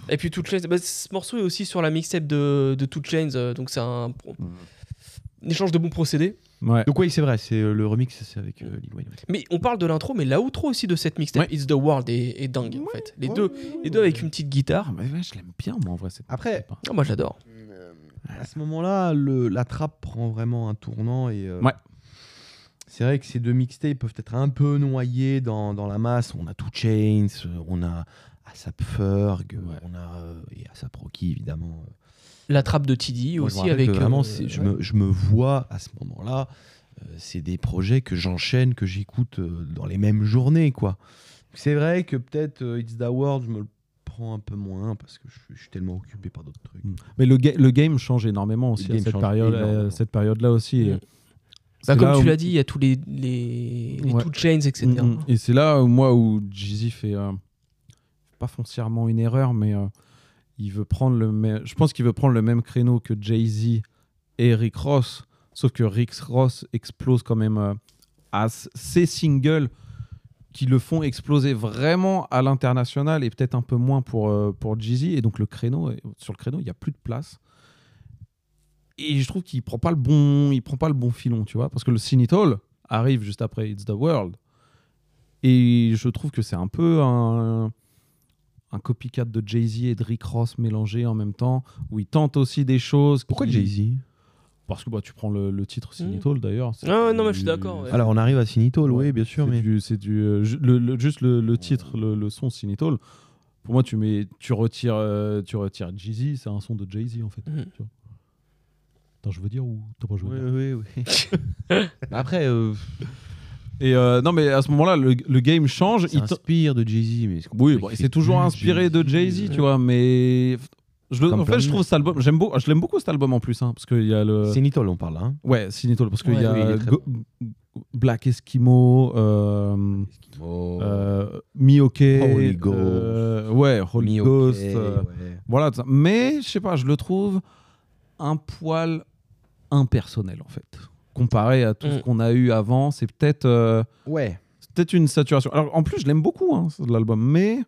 Et puis Two Chainz, bah, ce morceau est aussi sur la mixtape de, de Two Chainz, euh, donc c'est un, pro- Mm. un échange de bons procédés. Ouais. Donc oui, c'est vrai, c'est euh, le remix, c'est avec euh, Lil Wayne. Mais on parle de l'intro, mais l'outro aussi de cette mixtape, Ouais. It's the World, est, est dingue en fait. Les deux, les deux avec une petite guitare. Ah, mais ouais, je l'aime bien, moi, en vrai. cette Après- mixtape, hein. Ah, moi j'adore. À ce moment-là, le- la trappe prend vraiment un tournant et. euh, Ouais. C'est vrai que ces deux mixtapes peuvent être un peu noyés dans, dans la masse. On a Two Chains, euh, on a ASAP Ferg, euh, Ouais. on a euh, et ASAP Rocky évidemment. Euh, La trappe de Tidy Moi, je aussi me rappelle avec. que vraiment, euh, c'est- je, ouais. me, je me vois à ce moment-là. euh, c'est des projets que j'enchaîne, que j'écoute euh, dans les mêmes journées, quoi. C'est vrai que peut-être euh, It's the World, je me le prends un peu moins parce que je, suis- je suis tellement occupé par d'autres trucs. Mais le, ga- le game change énormément aussi Le à game cette change période, énormément. à cette période-là aussi. Mm. Et Bah, c'est comme là tu où- l'as dit, il y a tous les, les, les Ouais. Two Chainz, etc. Mm, mm. Et c'est là, où, moi, où Jeezy fait euh, pas foncièrement une erreur, mais euh, il veut prendre le même. Je pense qu'il veut prendre le même créneau que Jay Z et Rick Ross, sauf que Rick Ross explose quand même euh, à s- ses singles qui le font exploser vraiment à l'international et peut-être un peu moins pour euh, pour Jeezy. Et donc le créneau, est- sur le créneau, il y a plus de place. Et je trouve qu'il prend pas le bon, il prend pas le bon filon, tu vois, parce que le Sinitol arrive juste après It's the World. Et je trouve que c'est un peu un, un copycat de Jay-Z et de Rick Ross mélangés en même temps, où il tente aussi des choses. Pourquoi qui- Jay-Z Parce que bah, tu prends le, le titre Sinitol d'ailleurs. c'est Ah ouais, non, mais du- je suis d'accord, ouais. Alors on arrive à Sinitol, Ouais, oui, bien sûr, c'est mais du- c'est du, euh, ju- le- le- juste le, le titre, le, le son Sinitol. Pour moi, tu, mets, tu retires, euh, tu retires Jay-Z, c'est un son de Jay-Z en mm. fait. Mhm. tu vois. Attends, je veux dire ou t'as pas joué Oui, oui, oui. Après, euh, Et euh, non, mais à ce moment-là, le, le game change. il Il te- s'inspire de Jay-Z, mais Oui, bon, c'est toujours inspiré de Jay-Z, tu vois, mais je le- Comme en plein fait, de je trouve mecs. cet album, j'aime beaucoup, je l'aime beaucoup cet album en plus, hein, parce qu'il y a le, Sinitol, on parle là. hein. ouais, Sinitol, parce qu'il Ouais, y a oui, il est très Go- Black Eskimo, euh, euh, Miyoke, Oh. Holy Ghost. euh, ouais, Holy Miyoke, Ghost, euh, ouais. voilà, tout ça. mais je sais pas, je le trouve un poil impersonnel en fait, comparé à tout Mm. ce qu'on a eu avant, c'est peut-être, euh, Ouais. c'est peut-être une saturation. Alors en plus, je l'aime beaucoup hein, ce- l'album, mais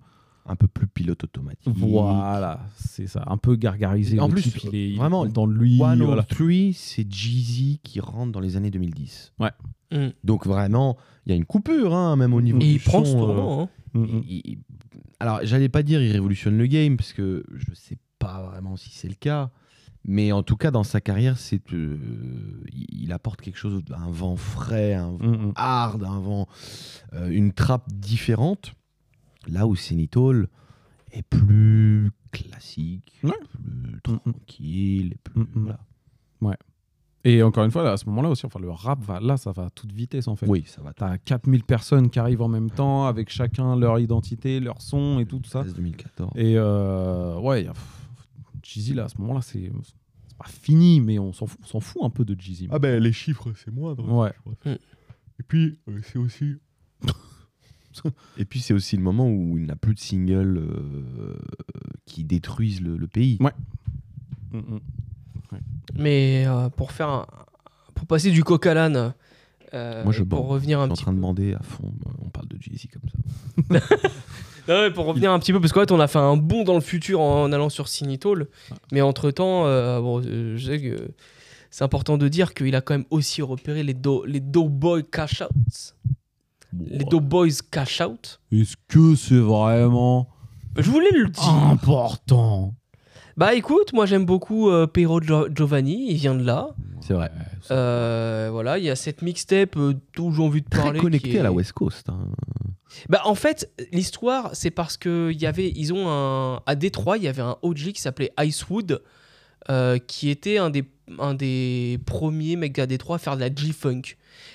Un peu plus pilote automatique. Voilà, c'est ça. Un peu gargarisé. En le plus, type, il est, il est vraiment, dans lui. One voilà. c'est Jay-Z qui rentre dans les années 2010. Ouais. Mm. Donc vraiment, il y a une coupure, hein, même au niveau Et du il prend ce son, euh, tournant. hein. Mm, mm. il- il- Alors, j'allais pas dire il révolutionne le game, parce que je sais pas vraiment si c'est le cas. Mais en tout cas, dans sa carrière, c'est euh, il il apporte quelque chose, un vent frais, un vent Mm, mm. hard, un vent, euh, une trappe différente. Là où Senitol est plus classique, Ouais. plus Mm, mm. tranquille, plus Mm, mm. voilà. Et encore une fois, là, à ce moment-là aussi, enfin, le rap, va, là, ça va à toute vitesse en fait. Oui, ça va. T'as 4000 personnes qui arrivent en même temps, avec chacun leur identité, leur son et tout, ça. 2014. Et euh, ouais, y a- pff, Jeezy, là, à ce moment-là, c'est c'est pas fini, mais on s'en fout, on s'en fout un peu de Jeezy. Ah ben les chiffres c'est moindre. Ouais. je crois. Mm. Et puis euh, c'est aussi Et puis c'est aussi le moment où il n'a plus de single euh, qui détruisent le, le pays. Mm, mm. Mais euh, pour faire un- pour passer du coq à l'âne, euh, Moi je et pour bande. revenir Je un suis en petit train de bander à fond. euh, On parle de Jay-Z comme ça. Non, mais pour revenir un petit peu, parce qu'en fait, on a fait un bond dans le futur en allant sur Sinitol. Mais entre-temps, euh, bon, euh, je sais que c'est important de dire qu'il a quand même aussi repéré les, do, les Doughboy Cash-Outs. Les Doughboys Cash-Out. euh, Est-ce que c'est vraiment Ah. Je voulais le dire. important Bah écoute, moi j'aime beaucoup euh, Pero Gio- Giovanni, il vient de là. C'est vrai. Euh, voilà, il y a cette mixtape euh, dont j'ai envie de Très parler. qui connecté à la est- West Coast. hein. Bah en fait, l'histoire, c'est parce que il y avait, ils ont un à Détroit, il y avait un OG qui s'appelait Icewood, euh, qui était un des un des premiers mecs à Détroit à faire de la G-funk.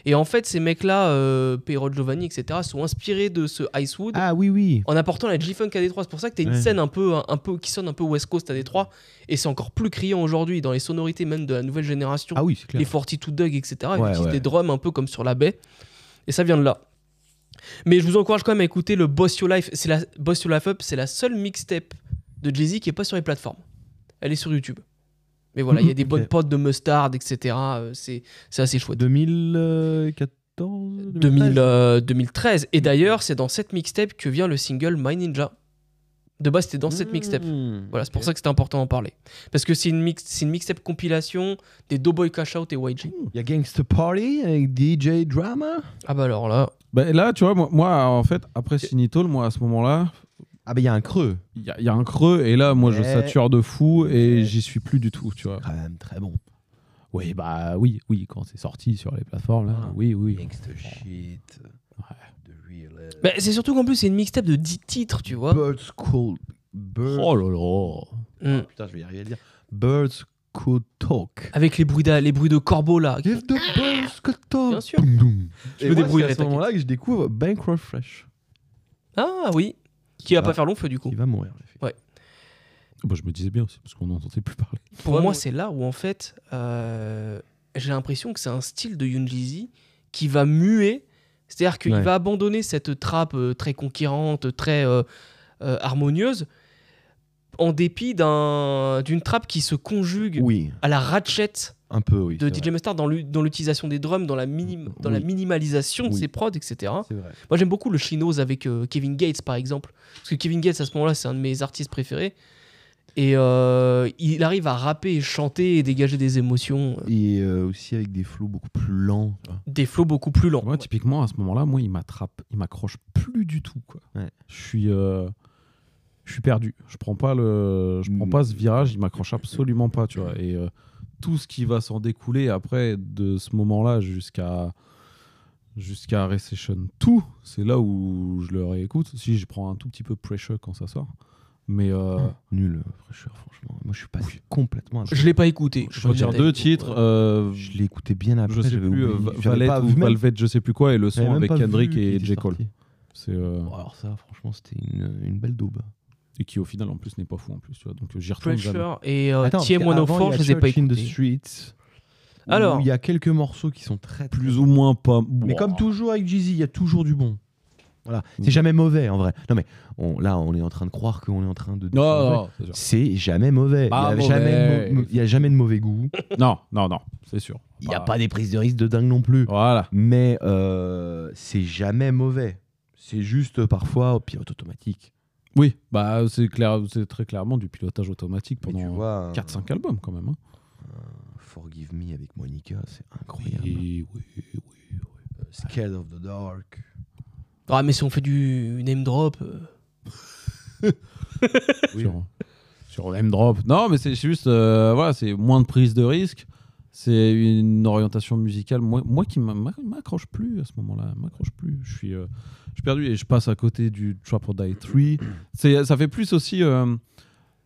Et en fait, ces mecs-là, euh, Pero Giovanni, etc., sont inspirés de ce Icewood Ah oui, oui. en apportant la G-Funk à Détroit. C'est pour ça que t'as une Ouais. scène un peu, un, un peu, qui sonne un peu West Coast à Détroit. Et c'est encore plus criant aujourd'hui dans les sonorités même de la nouvelle génération. Ah oui, c'est clair. les 42 Doug, etc. Ils Ouais, utilisent ouais. des drums un peu comme sur la baie. Et ça vient de là. Mais je vous encourage quand même à écouter le Boss Your Life. C'est la Boss Your Life Up, c'est la seule mixtape de Jay-Z qui est pas sur les plateformes. Elle est sur YouTube. Mais voilà, il y a des Ok. bonnes potes de Mustard, etc. Euh, C'est c'est assez chouette. 2014 2000, euh, 2013. Mm. Et d'ailleurs, c'est dans cette mixtape que vient le single My Ninja. De base, c'était dans cette Mm. mixtape. Mmh. Voilà, c'est pour ça que c'était important d'en parler. Parce que c'est une, mix, c'est une mixtape compilation des Doughboy Cash Out et YG. Il y a Gangsta Party avec DJ Drama. Ah bah alors là, Bah, là, tu vois, moi, moi, en fait, après Sinitol, moi, à ce moment-là, Ah bah il y a un creux. il y, a- il y a un creux, et là, moi, je Ouais. sature de fou, et Ouais. j'y suis plus du tout, tu vois. Quand même très bon. Oui, bah oui, oui, quand c'est sorti sur les plateformes, là, Ah. oui, oui. Gangsta shit. The real. Bah, c'est surtout qu'en plus, c'est une mixtape de 10 titres, tu vois. Birds Cool. Birds. Oh là là Mm. Putain, je vais y arriver à le dire. Birds Could Talk. Avec les bruits, d'a- les bruits de corbeaux là. If the Ah birds could talk. Bien sûr. Je me me débrouillerai, débrouiller. C'est à ce t'inquiète. moment-là que je découvre Bankroll Fresh. Ah oui. Qui va Ah. pas faire long feu du Oh. coup. Il va mourir. le film. Bah, Je me disais bien aussi, parce qu'on n'entendait plus parler. Pour Ouais, moi, ouais. c'est là où en fait, euh, j'ai l'impression que c'est un style de Yunjizi qui va muer. C'est-à-dire qu'il Ouais. va abandonner cette trappe euh, très conquérante, très euh, euh, harmonieuse, en dépit d'un- d'une trappe qui se conjugue Oui, à la ratchet un peu, oui. de c'est DJ Mustard dans l'u- dans l'utilisation des drums, dans la, minim- dans la Oui. minimalisation de Oui. ses prods, etc. vrai, C'est vrai. Moi j'aime beaucoup le Chinos avec euh, Kevin Gates par exemple. Parce que Kevin Gates à ce moment-là c'est un de mes artistes préférés. Et euh, il arrive à rapper, et chanter et dégager des émotions, euh, Et euh, aussi avec des flots beaucoup plus lents. Ah. des flots beaucoup plus lents. Moi, typiquement, à ce moment-là, moi, il m'attrape, il m'accroche plus du tout. Quoi. Ouais. Je suis, euh, je suis perdu. Je prends pas le, je prends Mm. pas ce virage. Il m'accroche absolument pas, tu vois. Et euh, tout ce qui va s'en découler après de ce moment-là jusqu'à jusqu'à Recession, tout, c'est là où je le réécoute. Si je prends un tout petit peu pressure quand ça sort, mais euh, Nul, euh, Fresher, franchement. Moi, je suis passé complètement. à- Je l'ai pas écouté. je retire l'ai- deux titres. euh, Je l'ai écouté bien après. je sais j'avais plus, euh, oublié. J'avais Valette pas ou vu même- Valvette, je sais plus quoi, et le j'avais son même avec pas vu Kendrick qu'il et était J. Cole. sorti. C'est euh, Bon, alors ça, franchement, c'était une, une belle daube. et qui au final en plus n'est pas fou en plus tu vois donc euh, j'y retourne jamais. Pressure et euh, Attends, parce TM104, qu'avant, il y a je les ai pas Church in the écoutés. Streets. où Alors. Il y a quelques morceaux qui sont très. très plus ou moins pas Mais Ouah. comme toujours avec Jeezy, il y a toujours du bon. Voilà, Mm. c'est jamais mauvais en vrai. Non mais on- là, on est en train de croire qu'on est en train de. non non, c'est sûr. C'est jamais mauvais. Il y Pas a jamais mauvais. de mau- Il n'y a jamais de mauvais goût. non non non c'est sûr Il n'y a pas des prises de risque de dingue non plus. voilà Mais euh, c'est jamais mauvais. C'est juste euh, parfois au pilote automatique. oui bah c'est clair c'est très clairement du pilotage automatique Mais tu pendant vois, un 4-5 albums quand même hein. Forgive Me avec Monica, c'est oui incroyable. oui oui Euh, Scared of the Dark. Ah mais si on fait du name drop, euh, Oui. sur sur M drop non mais c'est juste euh, voilà c'est moins de prise de risque c'est une orientation musicale moi, moi qui m'a- m'a- m'accroche plus à ce moment-là m'accroche plus je suis euh, je suis perdu et je passe à côté du Trap or Die 3 C'est- ça fait plus aussi euh,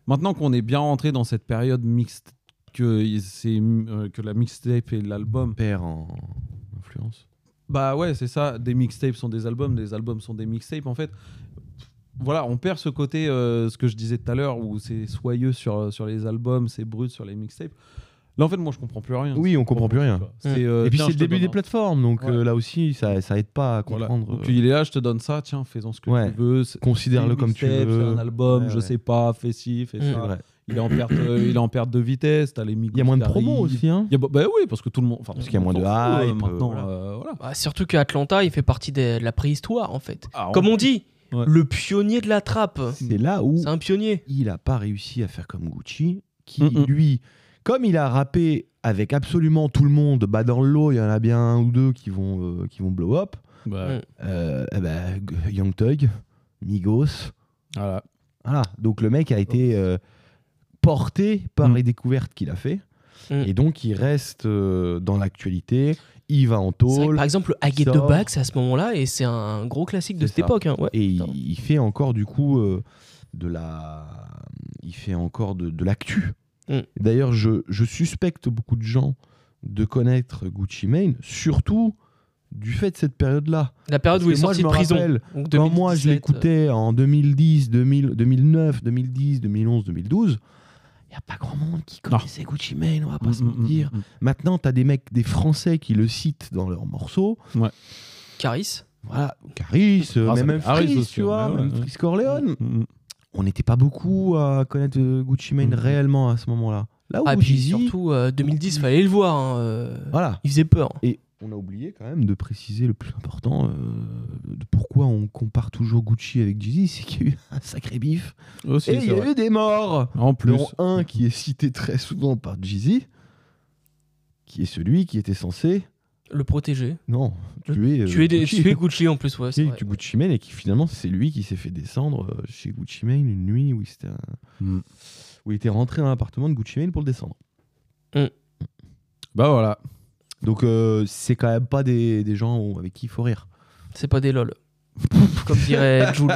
maintenant qu'on est bien rentré dans cette période mixte que y- c'est euh, que la mixtape et l'album Père en influence. bah ouais c'est ça des mixtapes sont des albums des albums sont des mixtapes en fait voilà on perd ce côté euh, ce que je disais tout à l'heure où c'est soyeux sur sur les albums c'est brut sur les mixtapes là en fait moi je comprends plus rien Oui, on comprend plus rien. Tu vois, c'est, euh, Et puis tiens, c'est le je te début des donne un- plateformes, donc Ouais. euh, là aussi ça, ça aide pas à Voilà. comprendre. Donc, euh, il est là, je te donne ça, tiens, fais-en ce que Ouais. tu veux. c'est- Considère-le c'est une comme tu mixtape, veux. C'est un album, Ouais, je ouais. sais pas, fais ci, fais Mm. ça. C'est vrai. Il est en perte, euh, il est en perte de vitesse. T'as les Migos Il y a moins de qui promos arrivent. aussi, hein. Il y a- bah oui, parce que tout le monde. enfin, Parce tout qu'il y a le moins monde de s'en fout, hype, euh, maintenant, voilà. euh, voilà. bah, surtout que Atlanta il fait partie des- de la préhistoire en fait. Ah, Comme on dit, Ouais. le pionnier de la trappe. C'est là où C'est un pionnier. il a pas réussi à faire comme Gucci, qui Mm-mm. lui, comme il a rappé avec absolument tout le monde, bah dans le lot il y en a bien un ou deux qui vont euh, qui vont blow up. Bah, Mm. Euh, eh ben, G- Young Thug, Migos, voilà. Oh. voilà. Donc le mec a été euh, porté par Mm. les découvertes qu'il a fait. Mm. Et donc, il reste euh, dans l'actualité. Il va en C'est vrai que, tôle. par exemple, le Haguet de sort. Bach, c'est à ce moment-là, et c'est un gros classique de C'est cette ça. époque. hein, ouais. Et il, Putain. il fait encore, du coup, euh, de la. Il fait encore de, de l'actu. Mm. D'ailleurs, je, je suspecte beaucoup de gens de connaître Gucci Mane, surtout du fait de cette période-là. La période Parce où il est que moi, sorti je de me prison. rappelle, donc Quand moi je 2017, l'écoutais en 2010, 2000, 2009, 2010, 2011, 2012, il n'y a pas grand monde qui connaissait Gucci Mane, on va pas se Mm, mm, mentir. mm, mm. Maintenant, tu as des mecs, des Français qui le citent dans leurs morceaux. euh, Caris. Voilà, Caris, euh, Ah, ça mais même fait Caris Freeze, aussi, tu ouais, vois, ouais, même ouais. Freeze Corleone. Mm, mm. On n'était pas beaucoup à connaître euh, Gucci Mane Mm. réellement à ce moment-là. Là où Ah, et puis Jeezy, surtout, euh, 2010, fallait le voir. hein, euh, voilà. Il faisait peur. Et on a oublié quand même de préciser le plus important euh, de pourquoi on compare toujours Gucci avec Jeezy, c'est qu'il y a eu un sacré bif. Aussi, Et il c'est y vrai. a eu des morts En plus. dont un qui est cité très souvent par Jeezy, qui est celui qui était censé, Le protéger. non, tuer, euh, Tu es, Gucci, tu es Gucci en plus, ouais. c'est Qui est vrai. Gucci Mane et qui finalement c'est lui qui s'est fait descendre euh, chez Gucci Mane une nuit où il, s'était, euh, Mm. où il était rentré dans l'appartement de Gucci Mane pour le descendre. Bah voilà. Donc euh, c'est quand même pas des, des gens où- avec qui il faut rire. C'est pas des lol. Comme dirait Jules.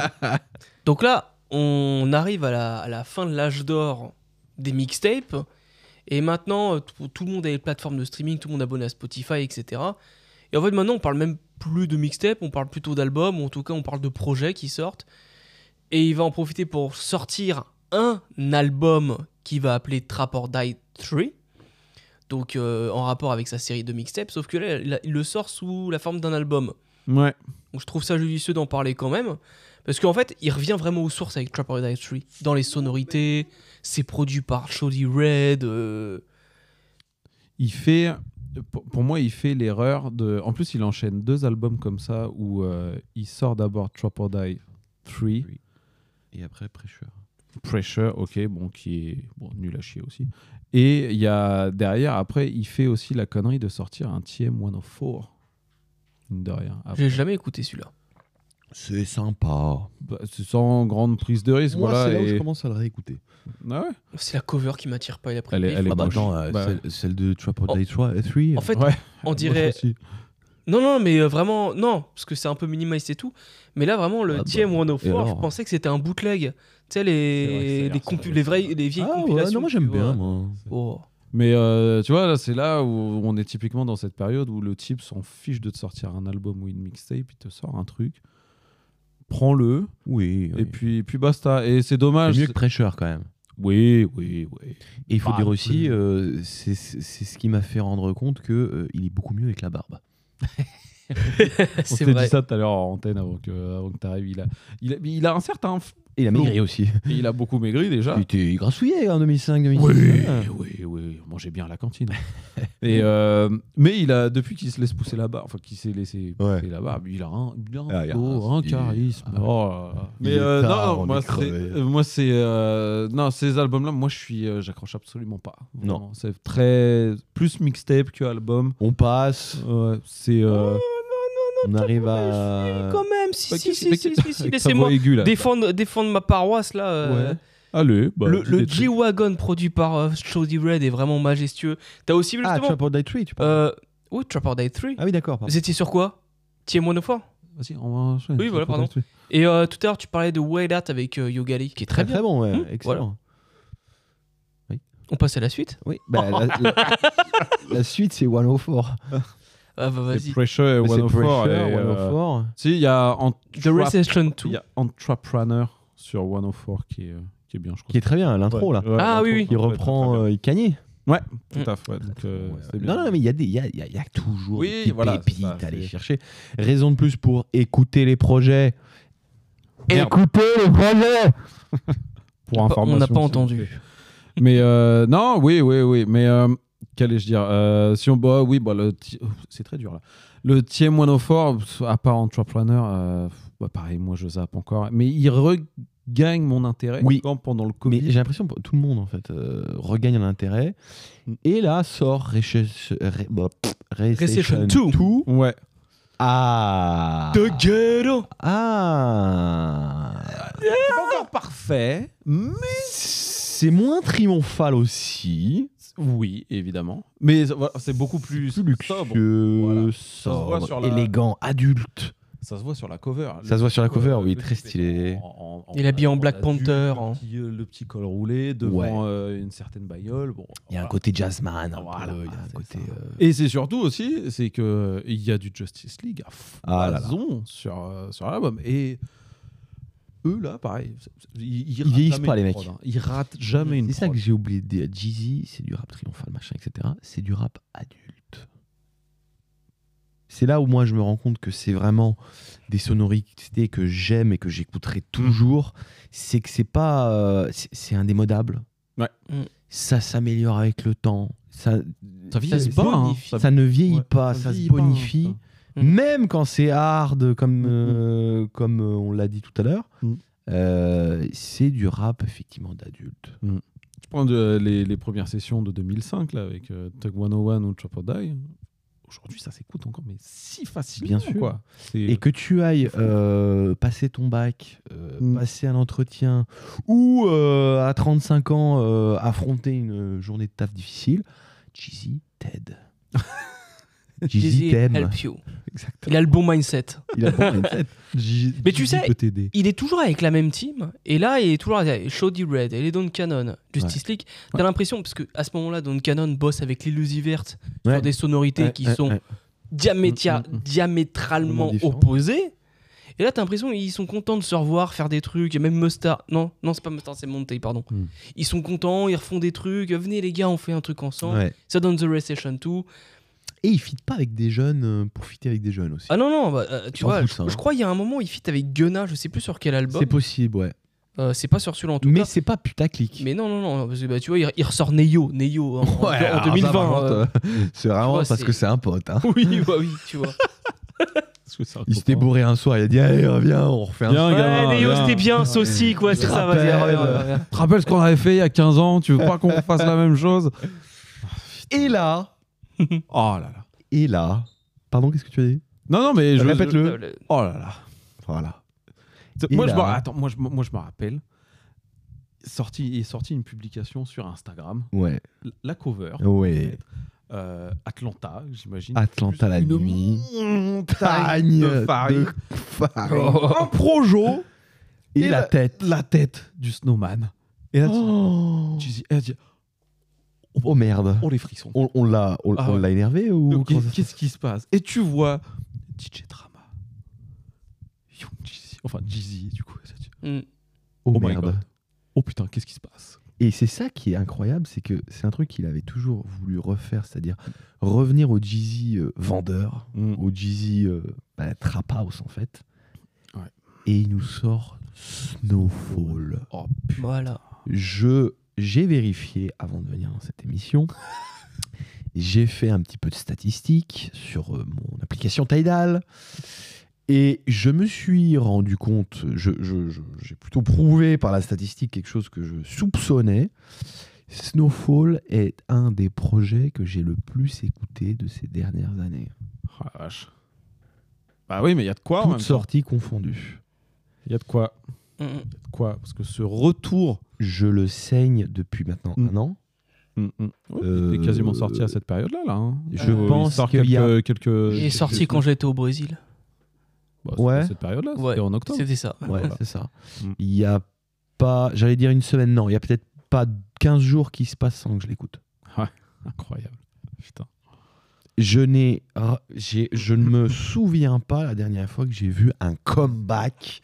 Donc là, on arrive à la, à la fin de l'âge d'or des mixtapes. Et maintenant, euh, tout, tout le monde a les plateformes de streaming, tout le monde abonné à Spotify, etc. Et en fait, maintenant, on parle même plus de mixtape, on parle plutôt d'albums, ou en tout cas, on parle de projets qui sortent. Et il va en profiter pour sortir un album qui va appeler Trap or Die 3. Donc, euh, en rapport avec sa série de mixtapes, sauf que là, il- il le sort sous la forme d'un album. Ouais. Donc je trouve ça judicieux d'en parler quand même. Parce qu'en fait, il revient vraiment aux sources avec Trap Paradise 3. Dans les sonorités, c'est produit par Shoddy Red. euh, Il fait. Pour pour moi, il fait l'erreur de. En plus, il enchaîne deux albums comme ça où euh, il sort d'abord Trap or Die 3, Et après Prêcheur. Pressure, ok, bon, qui est bon, nul à chier aussi. Et il y a derrière, après, il fait aussi la connerie de sortir un TM1 of 4. Mine De rien. Ah Ah, Après. J'ai jamais écouté celui-là. C'est sympa. Bah, c'est sans grande prise de risque. Moi voilà, c'est là où et- je commence à le réécouter. Ah ouais. C'est la cover qui m'attire pas. Il a pris Elle le est- pif. elle est Ah bah, moche. attends, euh, Bah. celle, celle de Trap or En- Die 3, 3 En fait, Ouais. on dirait. Non, non, mais euh, vraiment, non, parce que c'est un peu minimaliste et tout. Mais là, vraiment, le Ah bah, et TM104, je alors pensais que c'était un bootleg. Tu sais, C'est vrai, les, c'est les, vrai, compu- c'est les, vrai. vraies- les vieilles Ah compilations. ouais, non, moi tu j'aime vois. bien, moi. Oh. Mais euh, tu vois, là, c'est là où on est typiquement dans cette période où le type s'en fiche de te sortir un album ou une mixtape, il te sort un truc, prends-le, Oui, et puis, euh, et puis basta. Et c'est dommage. C'est mieux que Prêcheur quand même. Oui, oui, oui. Et il faut Bah, dire aussi, oui. euh, c'est c'est- c'est ce qui m'a fait rendre compte que euh, il est beaucoup mieux avec la barbe. On c'est s'était vrai. dit ça tout à l'heure en antenne avant que, avant que tu arrives. Il a, il, a, il a un certain. f- Et il a maigri Non. aussi. et il a beaucoup maigri déjà. Il était hein, grassouillé en 2005, 2006. Ah. Oui, oui, oui, on mangeait bien à la cantine. Et euh, mais il a depuis qu'il se laisse pousser la barbe, enfin qu'il s'est laissé Ouais. pousser la barbe, il a un, il a un Ah, il a flow, un un style. charisme. Ah. Oh là là. Il Mais est euh, tard, on non, moi est c'est, crevé. euh, moi c'est, euh, non ces albums-là, moi je suis, euh, j'accroche absolument pas. Non. Vraiment. c'est très plus mixtape que album. On passe, Ouais, c'est. euh, on arrive à. Quand même, si, bah, si, qu'est-ce- si, mais si, qu'est- si, si, avec sa laissez-moi. voix aiguë, là. défendre, défendre ma paroisse là. euh, euh, Ouais. Allez, bah, le dis le des trucs. G-Wagon produit par euh, Shoddy Red est vraiment majestueux. T'as aussi Ah, justement. Trap or Die 3, tu parles. euh, oui, Trap or Die 3. Ah oui, d'accord. pardon. Vous étiez sur quoi TM1 of War. Vas-y, on va enchaîner. Oui, voilà, Pour pardon. t'entrer. Et euh, tout à l'heure, tu parlais de Way Out avec euh, Yogali, qui est très, Très bien. très bon, ouais, Mmh, Hmm, excellent. On passe à la suite Oui, bah, la, la- la suite c'est 104. Ah C'est bah vas-y. Pressure et C'est One of Four. Pressure, et, euh, 104. Si, il y a en The Recession 2. Il y a Entrepreneur sur 104 qui est, euh, qui est bien, je crois. Qui est très bien, l'intro là. Ah oui, oui. Il reprend euh, Kanye. Tout à fait. ouais, donc, euh, Ouais, c'est bien. Non, non, mais il y, a des- il y a, il y a- il y a toujours Oui, des petites voilà, c'est pépites ça, à aller c'est- chercher. Raison de plus pour écouter les projets. Merde. Écoutez les projets Pour On n'a pas- information, on n'a pas s'il vous entendu. plaît. Mais euh, non, oui, oui, oui. Mais euh, qu'allais-je dire Euh, Si on. Bah, oui, bah, le ti- c'est très dur là. Le TM 104, pff, oh à part Entrepreneur, euh, pff, bah, pareil, moi je zappe encore. Mais il regagne mon intérêt Oui. quand pendant le Mais Covid. j'ai l'impression que tout le monde en fait euh, regagne l'intérêt. Mm. Et là sort Recession, Re- bah, pff, Recession Recession 2. 2. Ouais. Ah The Ghetto Ah Pas encore parfait, mais. C'est moins triomphal aussi. Oui, évidemment. Mais ça- voilà, c'est beaucoup plus, Plus luxueux, sobre. sobre, voilà. Ça se voit sur la- élégant, adulte. Ça se voit sur la cover. Ça se voit sur la petit cover, col, oui, le très type est stylé. en- Il est habillé en Black adulte, Panther, Le, en- petit, euh, le petit col roulé devant euh, une certaine bagnole. Bon, Il y a un voilà. côté jazzman. un Voilà, peu, il y a un c'est côté. ça. euh, Et c'est surtout aussi, c'est que euh, il y a du Justice League à Ah là là. foison sur, euh, sur l'album. Et eux, là, pareil, c'est- c'est- ils, Ils ratent vieillissent jamais pas, une les mecs. prod, hein. Ils ratent jamais une C'est ça que prod. j'ai oublié de dire. Jeezy, c'est du rap triomphal, machin, etc. C'est du rap adulte. C'est là où moi je me rends compte que c'est vraiment des sonorités que j'aime et que j'écouterai toujours. C'est que c'est pas. euh, c'est- c'est indémodable. Ouais. Mm. Ça s'améliore avec le temps. Ça, Ça vieillit se pas, hein. bonifie. Ça- Ça ne vieillit Ouais, pas, ça Ah, ça, vieillit se pas, hein, bonifie. ça. Même quand c'est hard, comme, Mm, euh, comme euh, on l'a dit tout à l'heure, Mm. euh, c'est du rap effectivement d'adulte. Je prends de- euh, les, les premières sessions de 2005 là, avec euh, Tug 101 ou Chopper Die. Aujourd'hui, ça s'écoute encore, mais si facilement. Bien sûr. Quoi. C'est- et que tu ailles euh, passer ton bac, euh, Mm. passer un entretien, ou euh, à 35 ans euh, affronter une journée de taf difficile, Jeezy t'aide. Ah. Jay-Z, Jeezy t'aime. help you. Exactement. Il a le bon mindset. Il a bon mindset. J- Mais tu J- sais- peut t'aider. Il est toujours avec la même team. Et là, il est toujours avec Shoddy Red, et les Don Cannon, Justice League. T'as Ouais. l'impression, parce que à ce moment-là, Don Cannon bosse avec l'illusiverte Ouais. sur des sonorités Ouais, qui ouais, sont ouais. diamétia- Mm, mm, mm. diamétralement Complètement différentes. opposées. Et là, t'as l'impression qu'ils sont contents de se revoir, faire des trucs. Il y a même Mustard. Non, non, c'est pas Mustard, c'est Monte, pardon. Mm. Ils sont contents, ils refont des trucs. euh, Venez, les gars, on fait un truc ensemble. Ouais. Ça donne The Recession 2. Et il fit pas avec des jeunes euh, pour fitter avec des jeunes aussi. Ah non, non, bah, euh, tu S'en vois, fout, je, ça, hein. je crois il y a un moment, il fit avec Gunna, je sais plus sur quel album. c'est possible, ouais. Euh, c'est pas sur celui-là en tout Mais cas. c'est pas putaclic. Mais non, non, non, parce que bah, tu vois, il, il ressort Neyo, Neyo en, en- en Ouais, alors ça, 2020. par contre, euh. euh, c'est vraiment vois, parce c'est- que c'est un pote. hein. Oui, bah oui, tu vois. Parce que ça Il s'était comprend. bourré un soir, il a dit Allez, reviens, on refait un Viens, Ouais, gamin, Neyo, viens. c'était bien, saucy, quoi, Je c'est ça, vas-y. rappelle, ouais, euh, ouais, ouais. Ah, Tu te rappelles ce qu'on avait fait il y a 15 ans Tu veux pas qu'on fasse la même chose Et là, Oh là là. et là. Pardon, qu'est-ce que tu as dit Non, non, mais je. Bah, Répète-le. Euh, le- Oh là là. Voilà. Et Moi, je là- me... Attends, moi, je, me- moi, je me rappelle. Sorti, il est sorti une publication sur Instagram, Ouais, la cover. ouais. Euh, Atlanta, j'imagine. Atlanta Ah, la Une nuit. montagne de farine. farine. Oh. Un projo Et, la tête. la tête du snowman. Et là, tu- Oh, tu dis, eh, tu dis, Oh, merde. oh les frissons. On, on l'a on, Ah on ouais. l'a énervé ou Donc, comment qu'est- ça se- Qu'est-ce qui se passe Et tu vois DJ Drama. Young Jeezy. Enfin, Jeezy, du coup. ça, tu- Mm. Oh, Oh my merde. God. Oh putain, qu'est-ce qui se passe Et c'est ça qui est incroyable, c'est que c'est un truc qu'il avait toujours voulu refaire, c'est-à-dire revenir au Jeezy euh, vendeur, Mm. au Jeezy euh, bah, trap house en fait. Ouais. Et il nous sort Snowfall. Oh, Voilà. je j'ai vérifié avant de venir dans cette émission. j'ai fait un petit peu de statistiques sur euh, mon application Tidal. Et je me suis rendu compte, je- je- je- j'ai plutôt prouvé par la statistique quelque chose que je soupçonnais. Snowfall est un des projets que j'ai le plus écouté de ces dernières années. oh la vache. Bah oui, mais il y a de quoi. en même Toutes temps. sorties confondues. Il y a de quoi. Mm, mm. De quoi Parce que ce retour. Je le saigne depuis maintenant Mm. un an. Oui, Euh, il était quasiment sorti à cette période-là. Là, hein. Je Euh, il pense sort qu'il y a- quelques- Euh, quelques- Il est sorti quand j'étais au Brésil. Bah, c'était Ouais. à cette période-là, c'était Ouais. en octobre. C'était ça. Ouais, Voilà. c'est ça. Mm. Il y a pas, j'allais dire une semaine, non, il y a peut-être pas 15 jours qui se passent sans que je l'écoute. Incroyable. Putain. Je n'ai, ra- j'ai- je ne me souviens pas la dernière fois que j'ai vu un comeback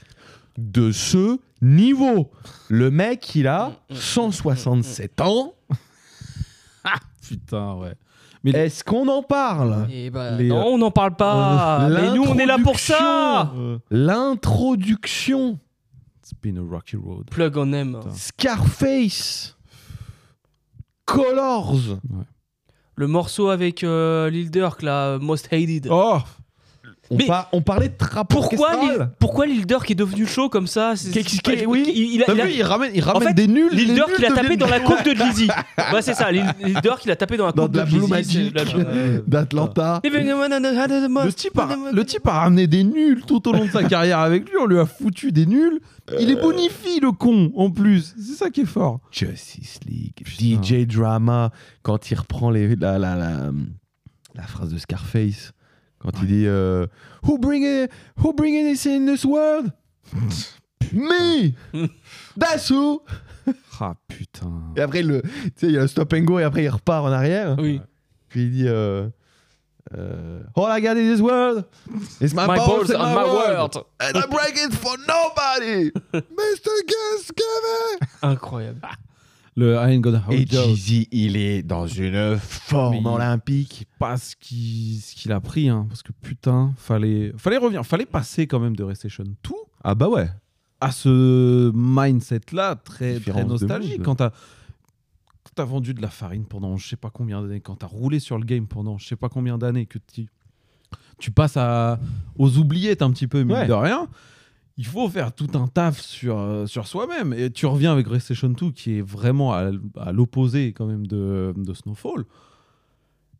de ce niveau. Le mec, il a Mm, mm, 167 ans. Putain, ouais. Est-ce qu'on en parle Et bah, Les, non, on n'en parle pas. euh, mais nous, on est là pour ça. Euh, L'introduction, It's been a rocky road. Plug on aime. Putain. Scarface, Colors, Le morceau avec euh, Lil Durk, là, Most Hated. Oh On, Mais par- on parlait de rapport Pourquoi, orchestral. l'île- pourquoi l'Ilder qui est devenu chaud comme ça c'est- Qu'est- c'est- qu'est- oui. il- il a- T'as il a- vu, il ramène, il ramène fait, des nuls. les L'Ilder nuls qu'il a tapé deviennent dans la des- coupe de Jizzy. bah c'est ça, l'Il- l'Ilder qu'il a tapé dans la Dans coupe de la de Jizzy. Blue c'est Magic. la Blue- euh, d'Atlanta. Le Le type, a, le type a ramené des nuls tout au long de sa carrière avec lui. On lui a foutu des nuls. Il Euh. est bonifie, le con, en plus. C'est ça qui est fort. Justice League, DJ Drama, quand il reprend les, la, la, la, hum, la phrase de Scarface, quand il dit euh, who, bring it, who bring it in this world Me That's who Ah putain. Et après, le, tu sais, il y a le stop and go et après, il repart en arrière. Oui. Puis il dit euh, euh, All I got in this world is my, My balls balls and are my my world. world. And Ah, I break it for nobody Mr. Gus Incroyable. Le I ain't gonna hold Et you. Jeezy, il est dans une forme Mais il- olympique. pas ce qu'il ce qu'il a pris, hein, parce que putain, fallait, fallait revenir, fallait passer quand même de Recession 2 Ah bah ouais. à ce mindset-là très, Différence très de nostalgique. monde. Quand t'as quand t'as vendu de la farine pendant je sais pas combien d'années, quand t'as roulé sur le game pendant je sais pas combien d'années, que tu, tu passes à, aux oubliettes un petit peu, mine Ouais. de rien, il faut faire tout un taf sur, euh, sur soi-même. Et tu reviens avec Recession 2 qui est vraiment à, à l'opposé quand même de, de Snowfall.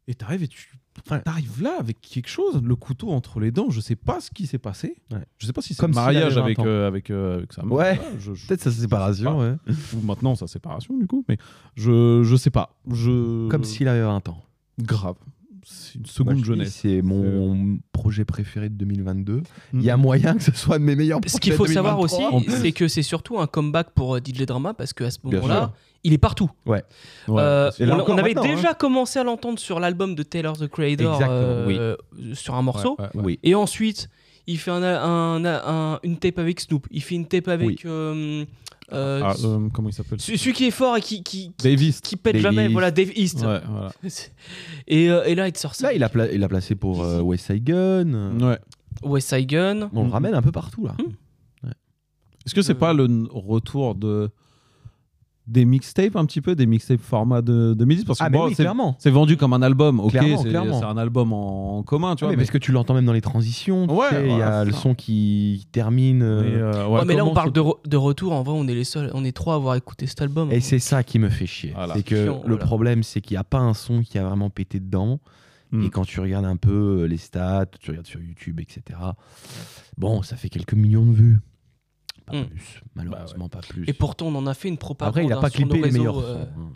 Et t'arrives et tu Ouais. t'arrives là avec quelque chose, le couteau entre les dents. Je sais pas ce qui s'est passé. Ouais. Je sais pas si c'est Comme le s'il mariage avait avec, 20 ans. euh, avec, euh, avec sa mère. Ouais. je- je- Peut-être sa séparation, ouais. ou maintenant sa séparation du coup, mais je je sais pas. Je Comme s'il avait 20 ans. grave. C'est une Moi, seconde je dis, jeunesse. C'est mon projet préféré de 2022. Il Mm. y a moyen que ce soit un de mes meilleurs projets Ce qu'il faut de savoir 2023. aussi, c'est que c'est surtout un comeback pour euh, DJ Drama parce qu'à ce Bien moment-là, il est partout. Ouais. Euh, Et là on, encore on avait maintenant, hein. déjà commencé à l'entendre sur l'album de Taylor the Creator, Exactement, euh, oui. euh, sur un morceau. Ouais, ouais, ouais. Oui. Et ensuite, il fait un, un- un- une tape avec Snoop. Il fait une tape avec Oui. euh, euh, Ah, euh, comment il s'appelle ce- celui qui est fort et qui, qui, qui, Davis. qui pète Dave jamais. East. Voilà, Dave East. Ouais, voilà. Et, euh, et là, il te sort ça. Là, il a, pla- il a placé pour euh, West Side Gun. euh, Mm. Ouais. West Side Gun. On le ramène un peu partout, là. Mm. Est-ce que c'est Euh. pas le n- retour de des mixtapes un petit peu des mixtapes format de 2010 parce que Ah, mais bon, oui, c'est clairement. c'est vendu comme un album, ok, Clairement, c'est c'est clairement. un album en, en commun, tu Ah, vois. mais mais- parce que tu l'entends même dans les transitions. tu Ouais, sais, il y voilà, a c'est le ça. son qui termine. euh, mais, euh, ouais, Ouais, mais là, on comment parle c'est- de, re- de retour. En vrai, on est les seuls, on est trois à avoir écouté cet album. Et c'est ça qui me fait chier. Voilà. C'est que Chiant, le Mm. voilà. problème, c'est qu'il n'y a pas un son qui a vraiment pété dedans. Hmm. Et quand tu regardes un peu euh, les stats, tu regardes sur YouTube, etc. Bon, ça fait quelques millions de vues. Pas Hmm. plus. Malheureusement, pas plus. Et pourtant, on en a fait une propagande. Après, il n'a hein, pas sur nos clippé les réseaux, meilleurs euh, sons. hein.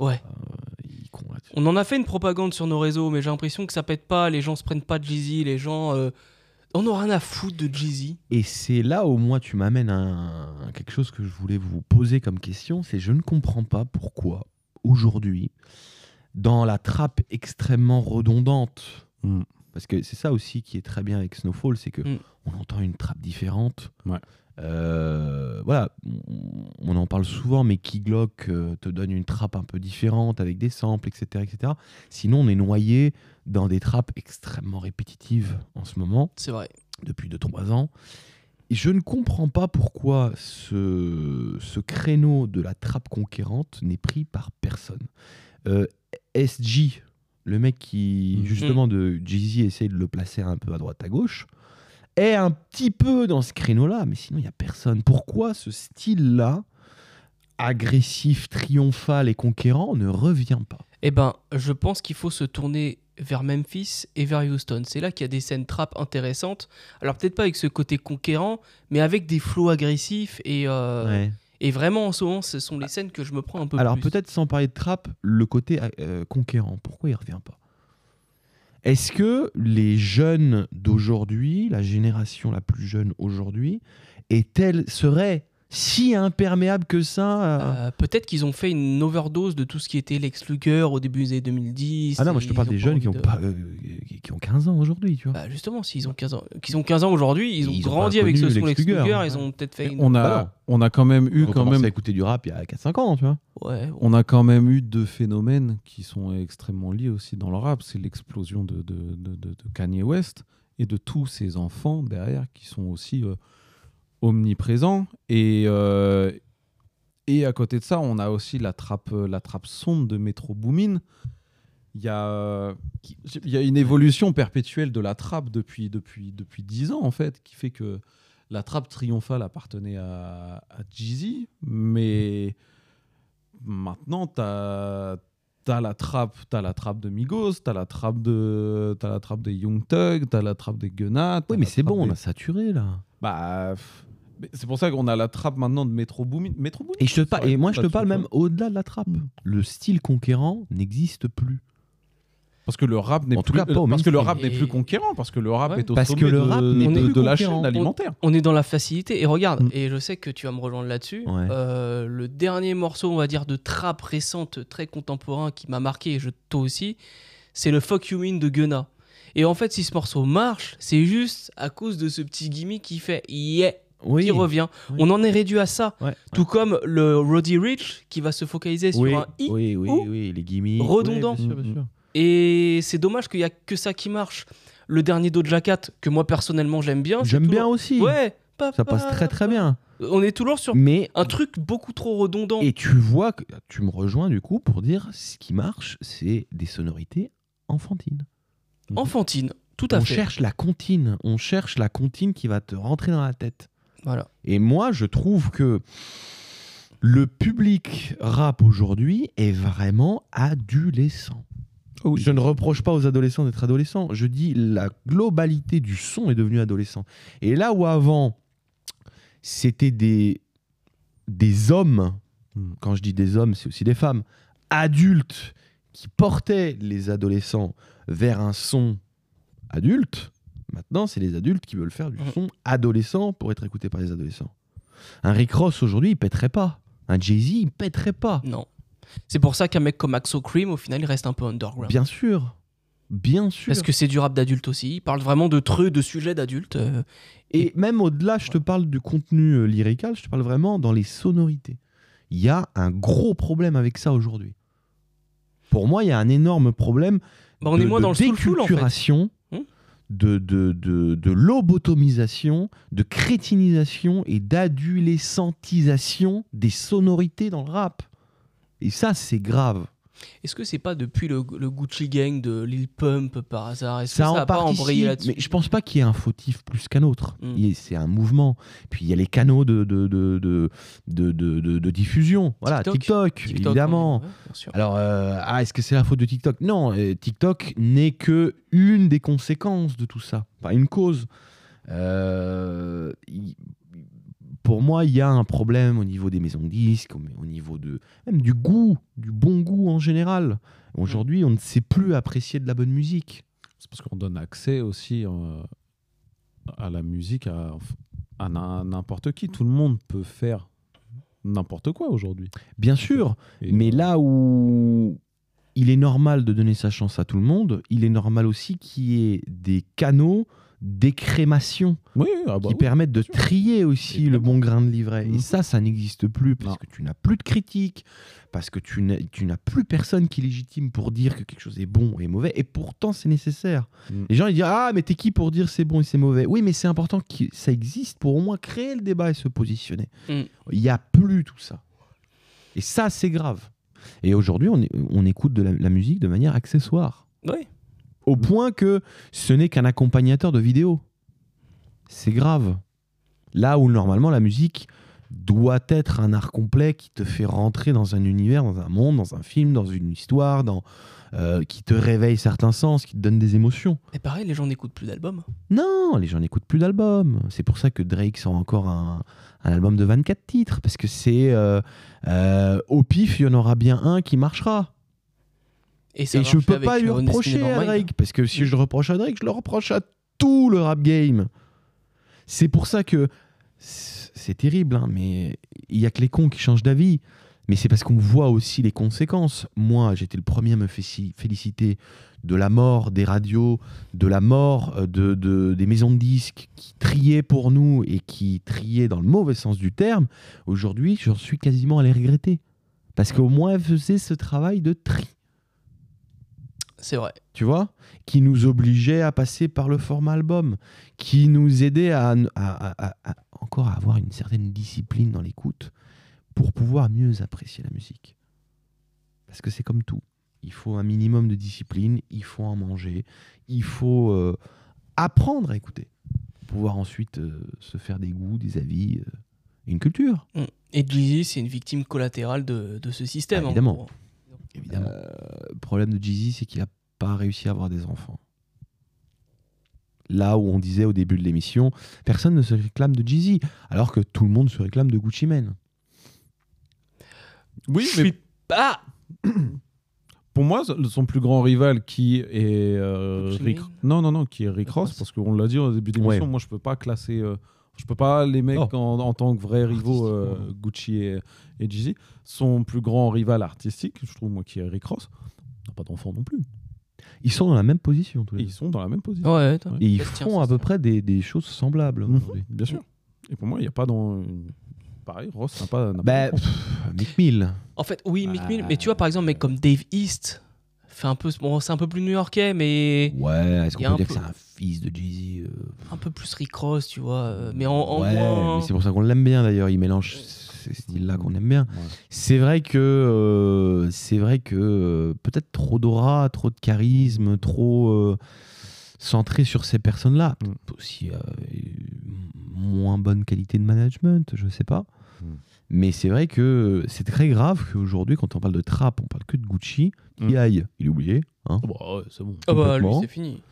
euh, Ouais. Il est con là-dessus. On en a fait une propagande sur nos réseaux, mais j'ai l'impression que ça pète pas. Les gens se prennent pas de Jeezy. Les gens. euh, on aura rien à foutre de Jeezy. Et c'est là au moins tu m'amènes à, à quelque chose que je voulais vous poser comme question, c'est je ne comprends pas pourquoi aujourd'hui, dans la trappe extrêmement redondante, Mm. parce que c'est ça aussi qui est très bien avec Snowfall, c'est que Mm. on entend une trappe différente. Ouais. Euh, voilà, on- on en parle souvent, mais Keylock euh, te donne une trappe un peu différente avec des samples, etc., etc. Sinon, on est noyé dans des trappes extrêmement répétitives en ce moment C'est vrai. depuis 2-3 ans. Et je ne comprends pas pourquoi ce, ce créneau de la trappe conquérante n'est pris par personne. Euh, SG, le mec qui, Mhm. justement, de Jeezy essaye de le placer un peu à droite à gauche, est un petit peu dans ce créneau-là, mais sinon, il n'y a personne. Pourquoi ce style-là, agressif, triomphal et conquérant, ne revient pas Eh ben, je pense qu'il faut se tourner vers Memphis et vers Houston. C'est là qu'il y a des scènes trap intéressantes. Alors peut-être pas avec ce côté conquérant, mais avec des flots agressifs et euh, et vraiment en ce moment, ce sont les scènes que je me prends un peu Alors plus. peut-être sans parler de trappe, le côté euh, conquérant, pourquoi il revient pas Est-ce que les jeunes d'aujourd'hui, la génération la plus jeune aujourd'hui, est-elle serait si imperméable que ça à- Euh, peut-être qu'ils ont fait une overdose de tout ce qui était Lex Luger au début des années 2010. Ah non, moi je te Ils parle des jeunes envie qui ont, de- pas, euh, qui- qui ont 15 ans aujourd'hui, tu vois. Bah, justement, s'ils ont 15 ans, qu'ils ont 15 ans aujourd'hui, ils ont Ils ont grandi pas avec ce connu son Lex Lex Luger. Luger, hein. Ils ouais. ont peut-être fait. Et Une... on a Bah non. on a quand même eu on quand même à écouter du rap il y a 4-5 ans, tu vois. Ouais, on- On a quand même eu deux phénomènes qui sont extrêmement liés aussi dans le rap. C'est l'explosion de, de, de- de- de Kanye West et de tous ses enfants derrière qui sont aussi euh, omniprésents. Et, euh, et à côté de ça, on a aussi la trappe, la trappe sombre de Metro Boomin. il y a, euh, qui- il y a une évolution perpétuelle de la trappe depuis depuis depuis dix ans en fait, qui fait que la trappe triomphale appartenait à, à Jeezy, mais maintenant t'as T'as la trappe, t'as la trappe de Migos, t'as la trappe de, t'as la trappe des Young Thug, t'as la trappe des Gunna. t'as Oui, Ah, mais la c'est trappe bon, des- on a saturé là. Bah, pff, mais c'est pour ça qu'on a la trappe maintenant de Metro Boomin. Metro Boomin. Et, je te ça par- aurait et moi, pu je te être parle sur- même au-delà de la trappe. Mm. Le style conquérant n'existe plus. Parce que le rap n'est En tout plus. cas, pas au parce que le rap mainstream. n'est plus conquérant, parce que le rap Ouais. est au Parce sommet que le de- rap n'est de, plus de la conquérant. chaîne alimentaire. On est dans la facilité. Et regarde, Mm. et je sais que tu vas me rejoindre là-dessus. Ouais. euh, le dernier morceau, on va dire, de trap récente, très contemporain, qui m'a marqué, et je toi aussi, c'est le Fuck You Mean de Gunna. Et en fait, si ce morceau marche, c'est juste à cause de ce petit gimmick qui fait yeah, Oui. qui revient. Oui. On en est réduit à ça. Ouais. Tout comme le Roddy Rich qui va se focaliser sur oui. un i. oui, oui, ou oui, les gimmicks. redondant. Oui, bien sûr, bien sûr. Et c'est dommage qu'il y a que ça qui marche. Le dernier Doja Cat, que moi personnellement j'aime bien. c'est J'aime bien toujours- aussi. Ouais. Ça passe très très bien. On est toujours sur Mais un truc beaucoup trop redondant. et tu vois que tu me rejoins du coup pour dire ce qui marche, c'est des sonorités enfantines. Enfantine, tout à on fait. cherche la comptine, on cherche la comptine qui va te rentrer dans la tête. Voilà. Et moi, je trouve que le public rap aujourd'hui est vraiment adolescent. Oh oui. Je ne reproche pas aux adolescents d'être adolescents. Je dis la globalité du son est devenue adolescent. Et là où avant, c'était des, des hommes, Hmm. quand je dis des hommes, c'est aussi des femmes, adultes, qui portaient les adolescents vers un son adulte, maintenant c'est les adultes qui veulent faire du Ouais. son adolescent pour être écouté par les adolescents. Un Rick Ross aujourd'hui, il pèterait pas. Un Jay-Z, il pèterait pas. Non. C'est pour ça qu'un mec comme Axo Cream, au final, il reste un peu underground. Bien sûr. Bien sûr. Parce que c'est du rap d'adulte aussi. Il parle vraiment de trucs, de sujets d'adulte. euh, Et même au-delà, je te parle du contenu euh, lyrical, je te parle vraiment dans les sonorités. Il y a un gros problème avec ça aujourd'hui. Pour moi, il y a un énorme problème Bah, on de, est moins de dans le soulful, en fait. déculturation, Hmm de, de, de, de lobotomisation, de crétinisation et d'adolescentisation des sonorités dans le rap. Et ça, c'est grave. Est-ce que c'est pas depuis le, le Gucci Gang de Lil Pump par hasard Est-ce que Ça ça en a pas participe, embrayé là-dessus mais je pense pas qu'il y ait un fautif plus qu'un autre. Mm. Il y a- C'est un mouvement. Puis il y a les canaux de, de, de, de, de, de- de- de diffusion. Voilà, TikTok. TikTok, TikTok, évidemment. ouais, bien sûr. Alors, euh, ah, est-ce que c'est la faute de TikTok Non, euh, TikTok n'est que une des conséquences de tout ça, pas une cause. Euh, il- pour moi, il y a un problème au niveau des maisons de disques, au au niveau de même du goût, du bon goût en général. Aujourd'hui, Mm. on ne sait plus apprécier de la bonne musique. C'est parce qu'on donne accès aussi euh, à la musique à, à na- n'importe qui. Tout le monde peut faire n'importe quoi aujourd'hui. Bien sûr, Et- mais là où il est normal de donner sa chance à tout le monde, il est normal aussi qu'il y ait des canaux d'écrémation oui, oui, ah bah oui. qui permettent de bien sûr. trier aussi le bon grain de livret. Mhm. Et ça, ça n'existe plus parce Non. que tu n'as plus de critiques, parce que tu n'as tu n'as plus personne qui est légitime pour dire que quelque chose est bon et mauvais, et pourtant c'est nécessaire. Mhm. Les gens, ils disent Ah, mais t'es qui pour dire c'est bon et c'est mauvais Oui, mais c'est important que ça existe pour au moins créer le débat et se positionner. Mhm. Il n'y a plus tout ça. Et ça, c'est grave. Et aujourd'hui, on, est- on écoute de la- la musique de manière accessoire Ouais. au point que ce n'est qu'un accompagnateur de vidéo. C'est grave. Là où normalement la musique doit être un art complet qui te fait rentrer dans un univers, dans un monde, dans un film, dans une histoire, dans, euh, qui te réveille certains sens, qui te donne des émotions. Mais pareil, les gens n'écoutent plus d'albums. Non, les gens n'écoutent plus d'albums. C'est pour ça que Drake sort encore un, un album de 24 titres, parce que c'est euh, euh, au pif, il y en aura bien un qui marchera. Et, ça Et je marche peux avec, pas lui euh, Honest reprocher à Nevermind. Drake, parce que si je le reproche à Drake, je le reproche à tout le rap game. C'est pour ça que c'est c'est terrible, hein, mais il y a que les cons qui changent d'avis. Mais c'est parce qu'on voit aussi les conséquences. Moi, j'étais le premier à me féci- féliciter de la mort des radios, de la mort euh, de, de- des maisons de disques qui triaient pour nous et qui triaient dans le mauvais sens du terme. Aujourd'hui, j'en suis quasiment à les regretter. Parce qu'au moins, elles faisaient ce travail de tri C'est vrai. tu vois, qui nous obligeait à passer par le format album, qui nous aidait à, à- à- à- à- encore à avoir une certaine discipline dans l'écoute pour pouvoir mieux apprécier la musique. Parce que c'est comme tout. Il Il faut un minimum de discipline, il faut en manger, il faut euh, apprendre à écouter pour pouvoir ensuite euh, se faire des goûts, des avis, euh, une culture, Mm. Et Jeezy, c'est une victime collatérale de, de ce système. hein, Ah, en évidemment. gros. évidemment. le Euh, problème de Jeezy, c'est qu'il n'a pas réussi à avoir des enfants. Là où on disait au début de l'émission, personne ne se réclame de Jeezy, alors que tout le monde se réclame de Gucci Mane. Oui, Je mais suis pas. pour moi, son plus grand rival qui est euh, Gucci Rick... Mane non non non qui est Rick Ross Ross. parce qu'on l'a dit au début de l'émission. Ouais. Moi, je peux pas classer, euh, je peux pas les mecs Non. en, en tant que vrais rivaux euh, Artistiquement, Gucci et, et Jeezy. Son plus grand rival artistique, je trouve moi, qui est Rick Ross. n'a Pas d'enfants non plus. Ils sont dans la même position tous Et les deux. ils sont dans la même position. Ouais, Ouais. Et ils Ça se tient, font ça à se peu tient. près des, des choses semblables Mhm. aujourd'hui. Bien sûr. Et pour moi, il n'y a pas dans pareil Ross n'a pas. n'a pas Bah, d'enfants. pff, Mick Mill. En fait, oui, Mick Mill, Ah. mais tu vois, par exemple, mec comme Dave East, fait un peu, bon, c'est un peu plus new-yorkais, mais Ouais, est-ce y qu'on a un peut dire peu- que c'est un fils de Jay-Z euh, un peu plus Rick Ross, tu vois. euh, Mais en, en Ouais, moins- mais c'est pour ça qu'on l'aime bien d'ailleurs. Il mélange ces styles-là qu'on aime bien. Ouais. C'est vrai que euh, c'est vrai que euh, peut-être trop d'aura, trop de charisme, trop euh, centré sur ces personnes-là. Mm. Peut-être Aussi euh, et- moins bonne qualité de management, je sais pas. Mm. Mais c'est vrai que c'est très grave qu'aujourd'hui, quand on parle de trap, on parle que de Gucci, Mm. qui aille, il est oublié, hein. Ah bah, ouais, c'est bon. Ah bah, lui, complètement. c'est fini.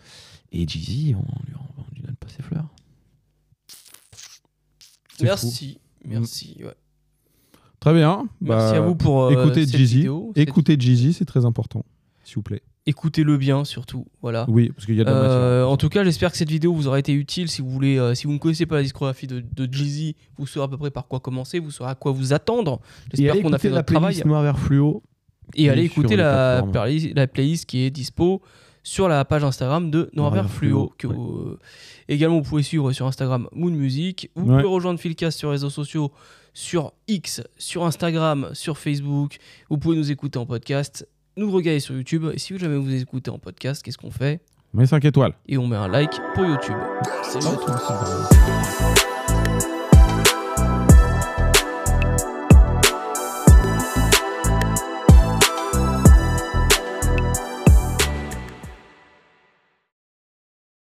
Et Jeezy, on lui, on lui donne pas ses fleurs. C'est Merci. Merci. ouais. Très bien. Bah, Merci à vous pour euh, écoutez cette Jeezy. vidéo. cette- Écoutez Jeezy, c'est très important, s'il vous plaît. Écoutez-le bien, surtout. Voilà. Oui, parce qu'il y a de la matière. Ah. Euh, en tout cas, j'espère que cette vidéo vous aura été utile. Si vous voulez, euh, si vous ne connaissez pas la discographie de, de Jeezy, vous saurez à peu près par quoi commencer, vous saurez à quoi vous attendre. J'espère allez qu'on a fait écouter la notre playlist travail. Noir vers fluo. Et allez sur écouter les la, plateformes. play- la playlist qui est dispo sur la page Instagram de Noir Noir Vert Vert Fluo. Fluo, Que ouais. vous- euh, également, vous pouvez suivre sur Instagram Moon Music. Vous Ouais. pouvez rejoindre Philcast sur les réseaux sociaux, sur X, sur Instagram, sur Facebook. Vous pouvez nous écouter en podcast, nous regarder sur YouTube. Et si jamais vous écoutez en podcast, qu'est-ce qu'on fait Mais 5 étoiles. Hein Et on met un like pour YouTube. Salut à tous.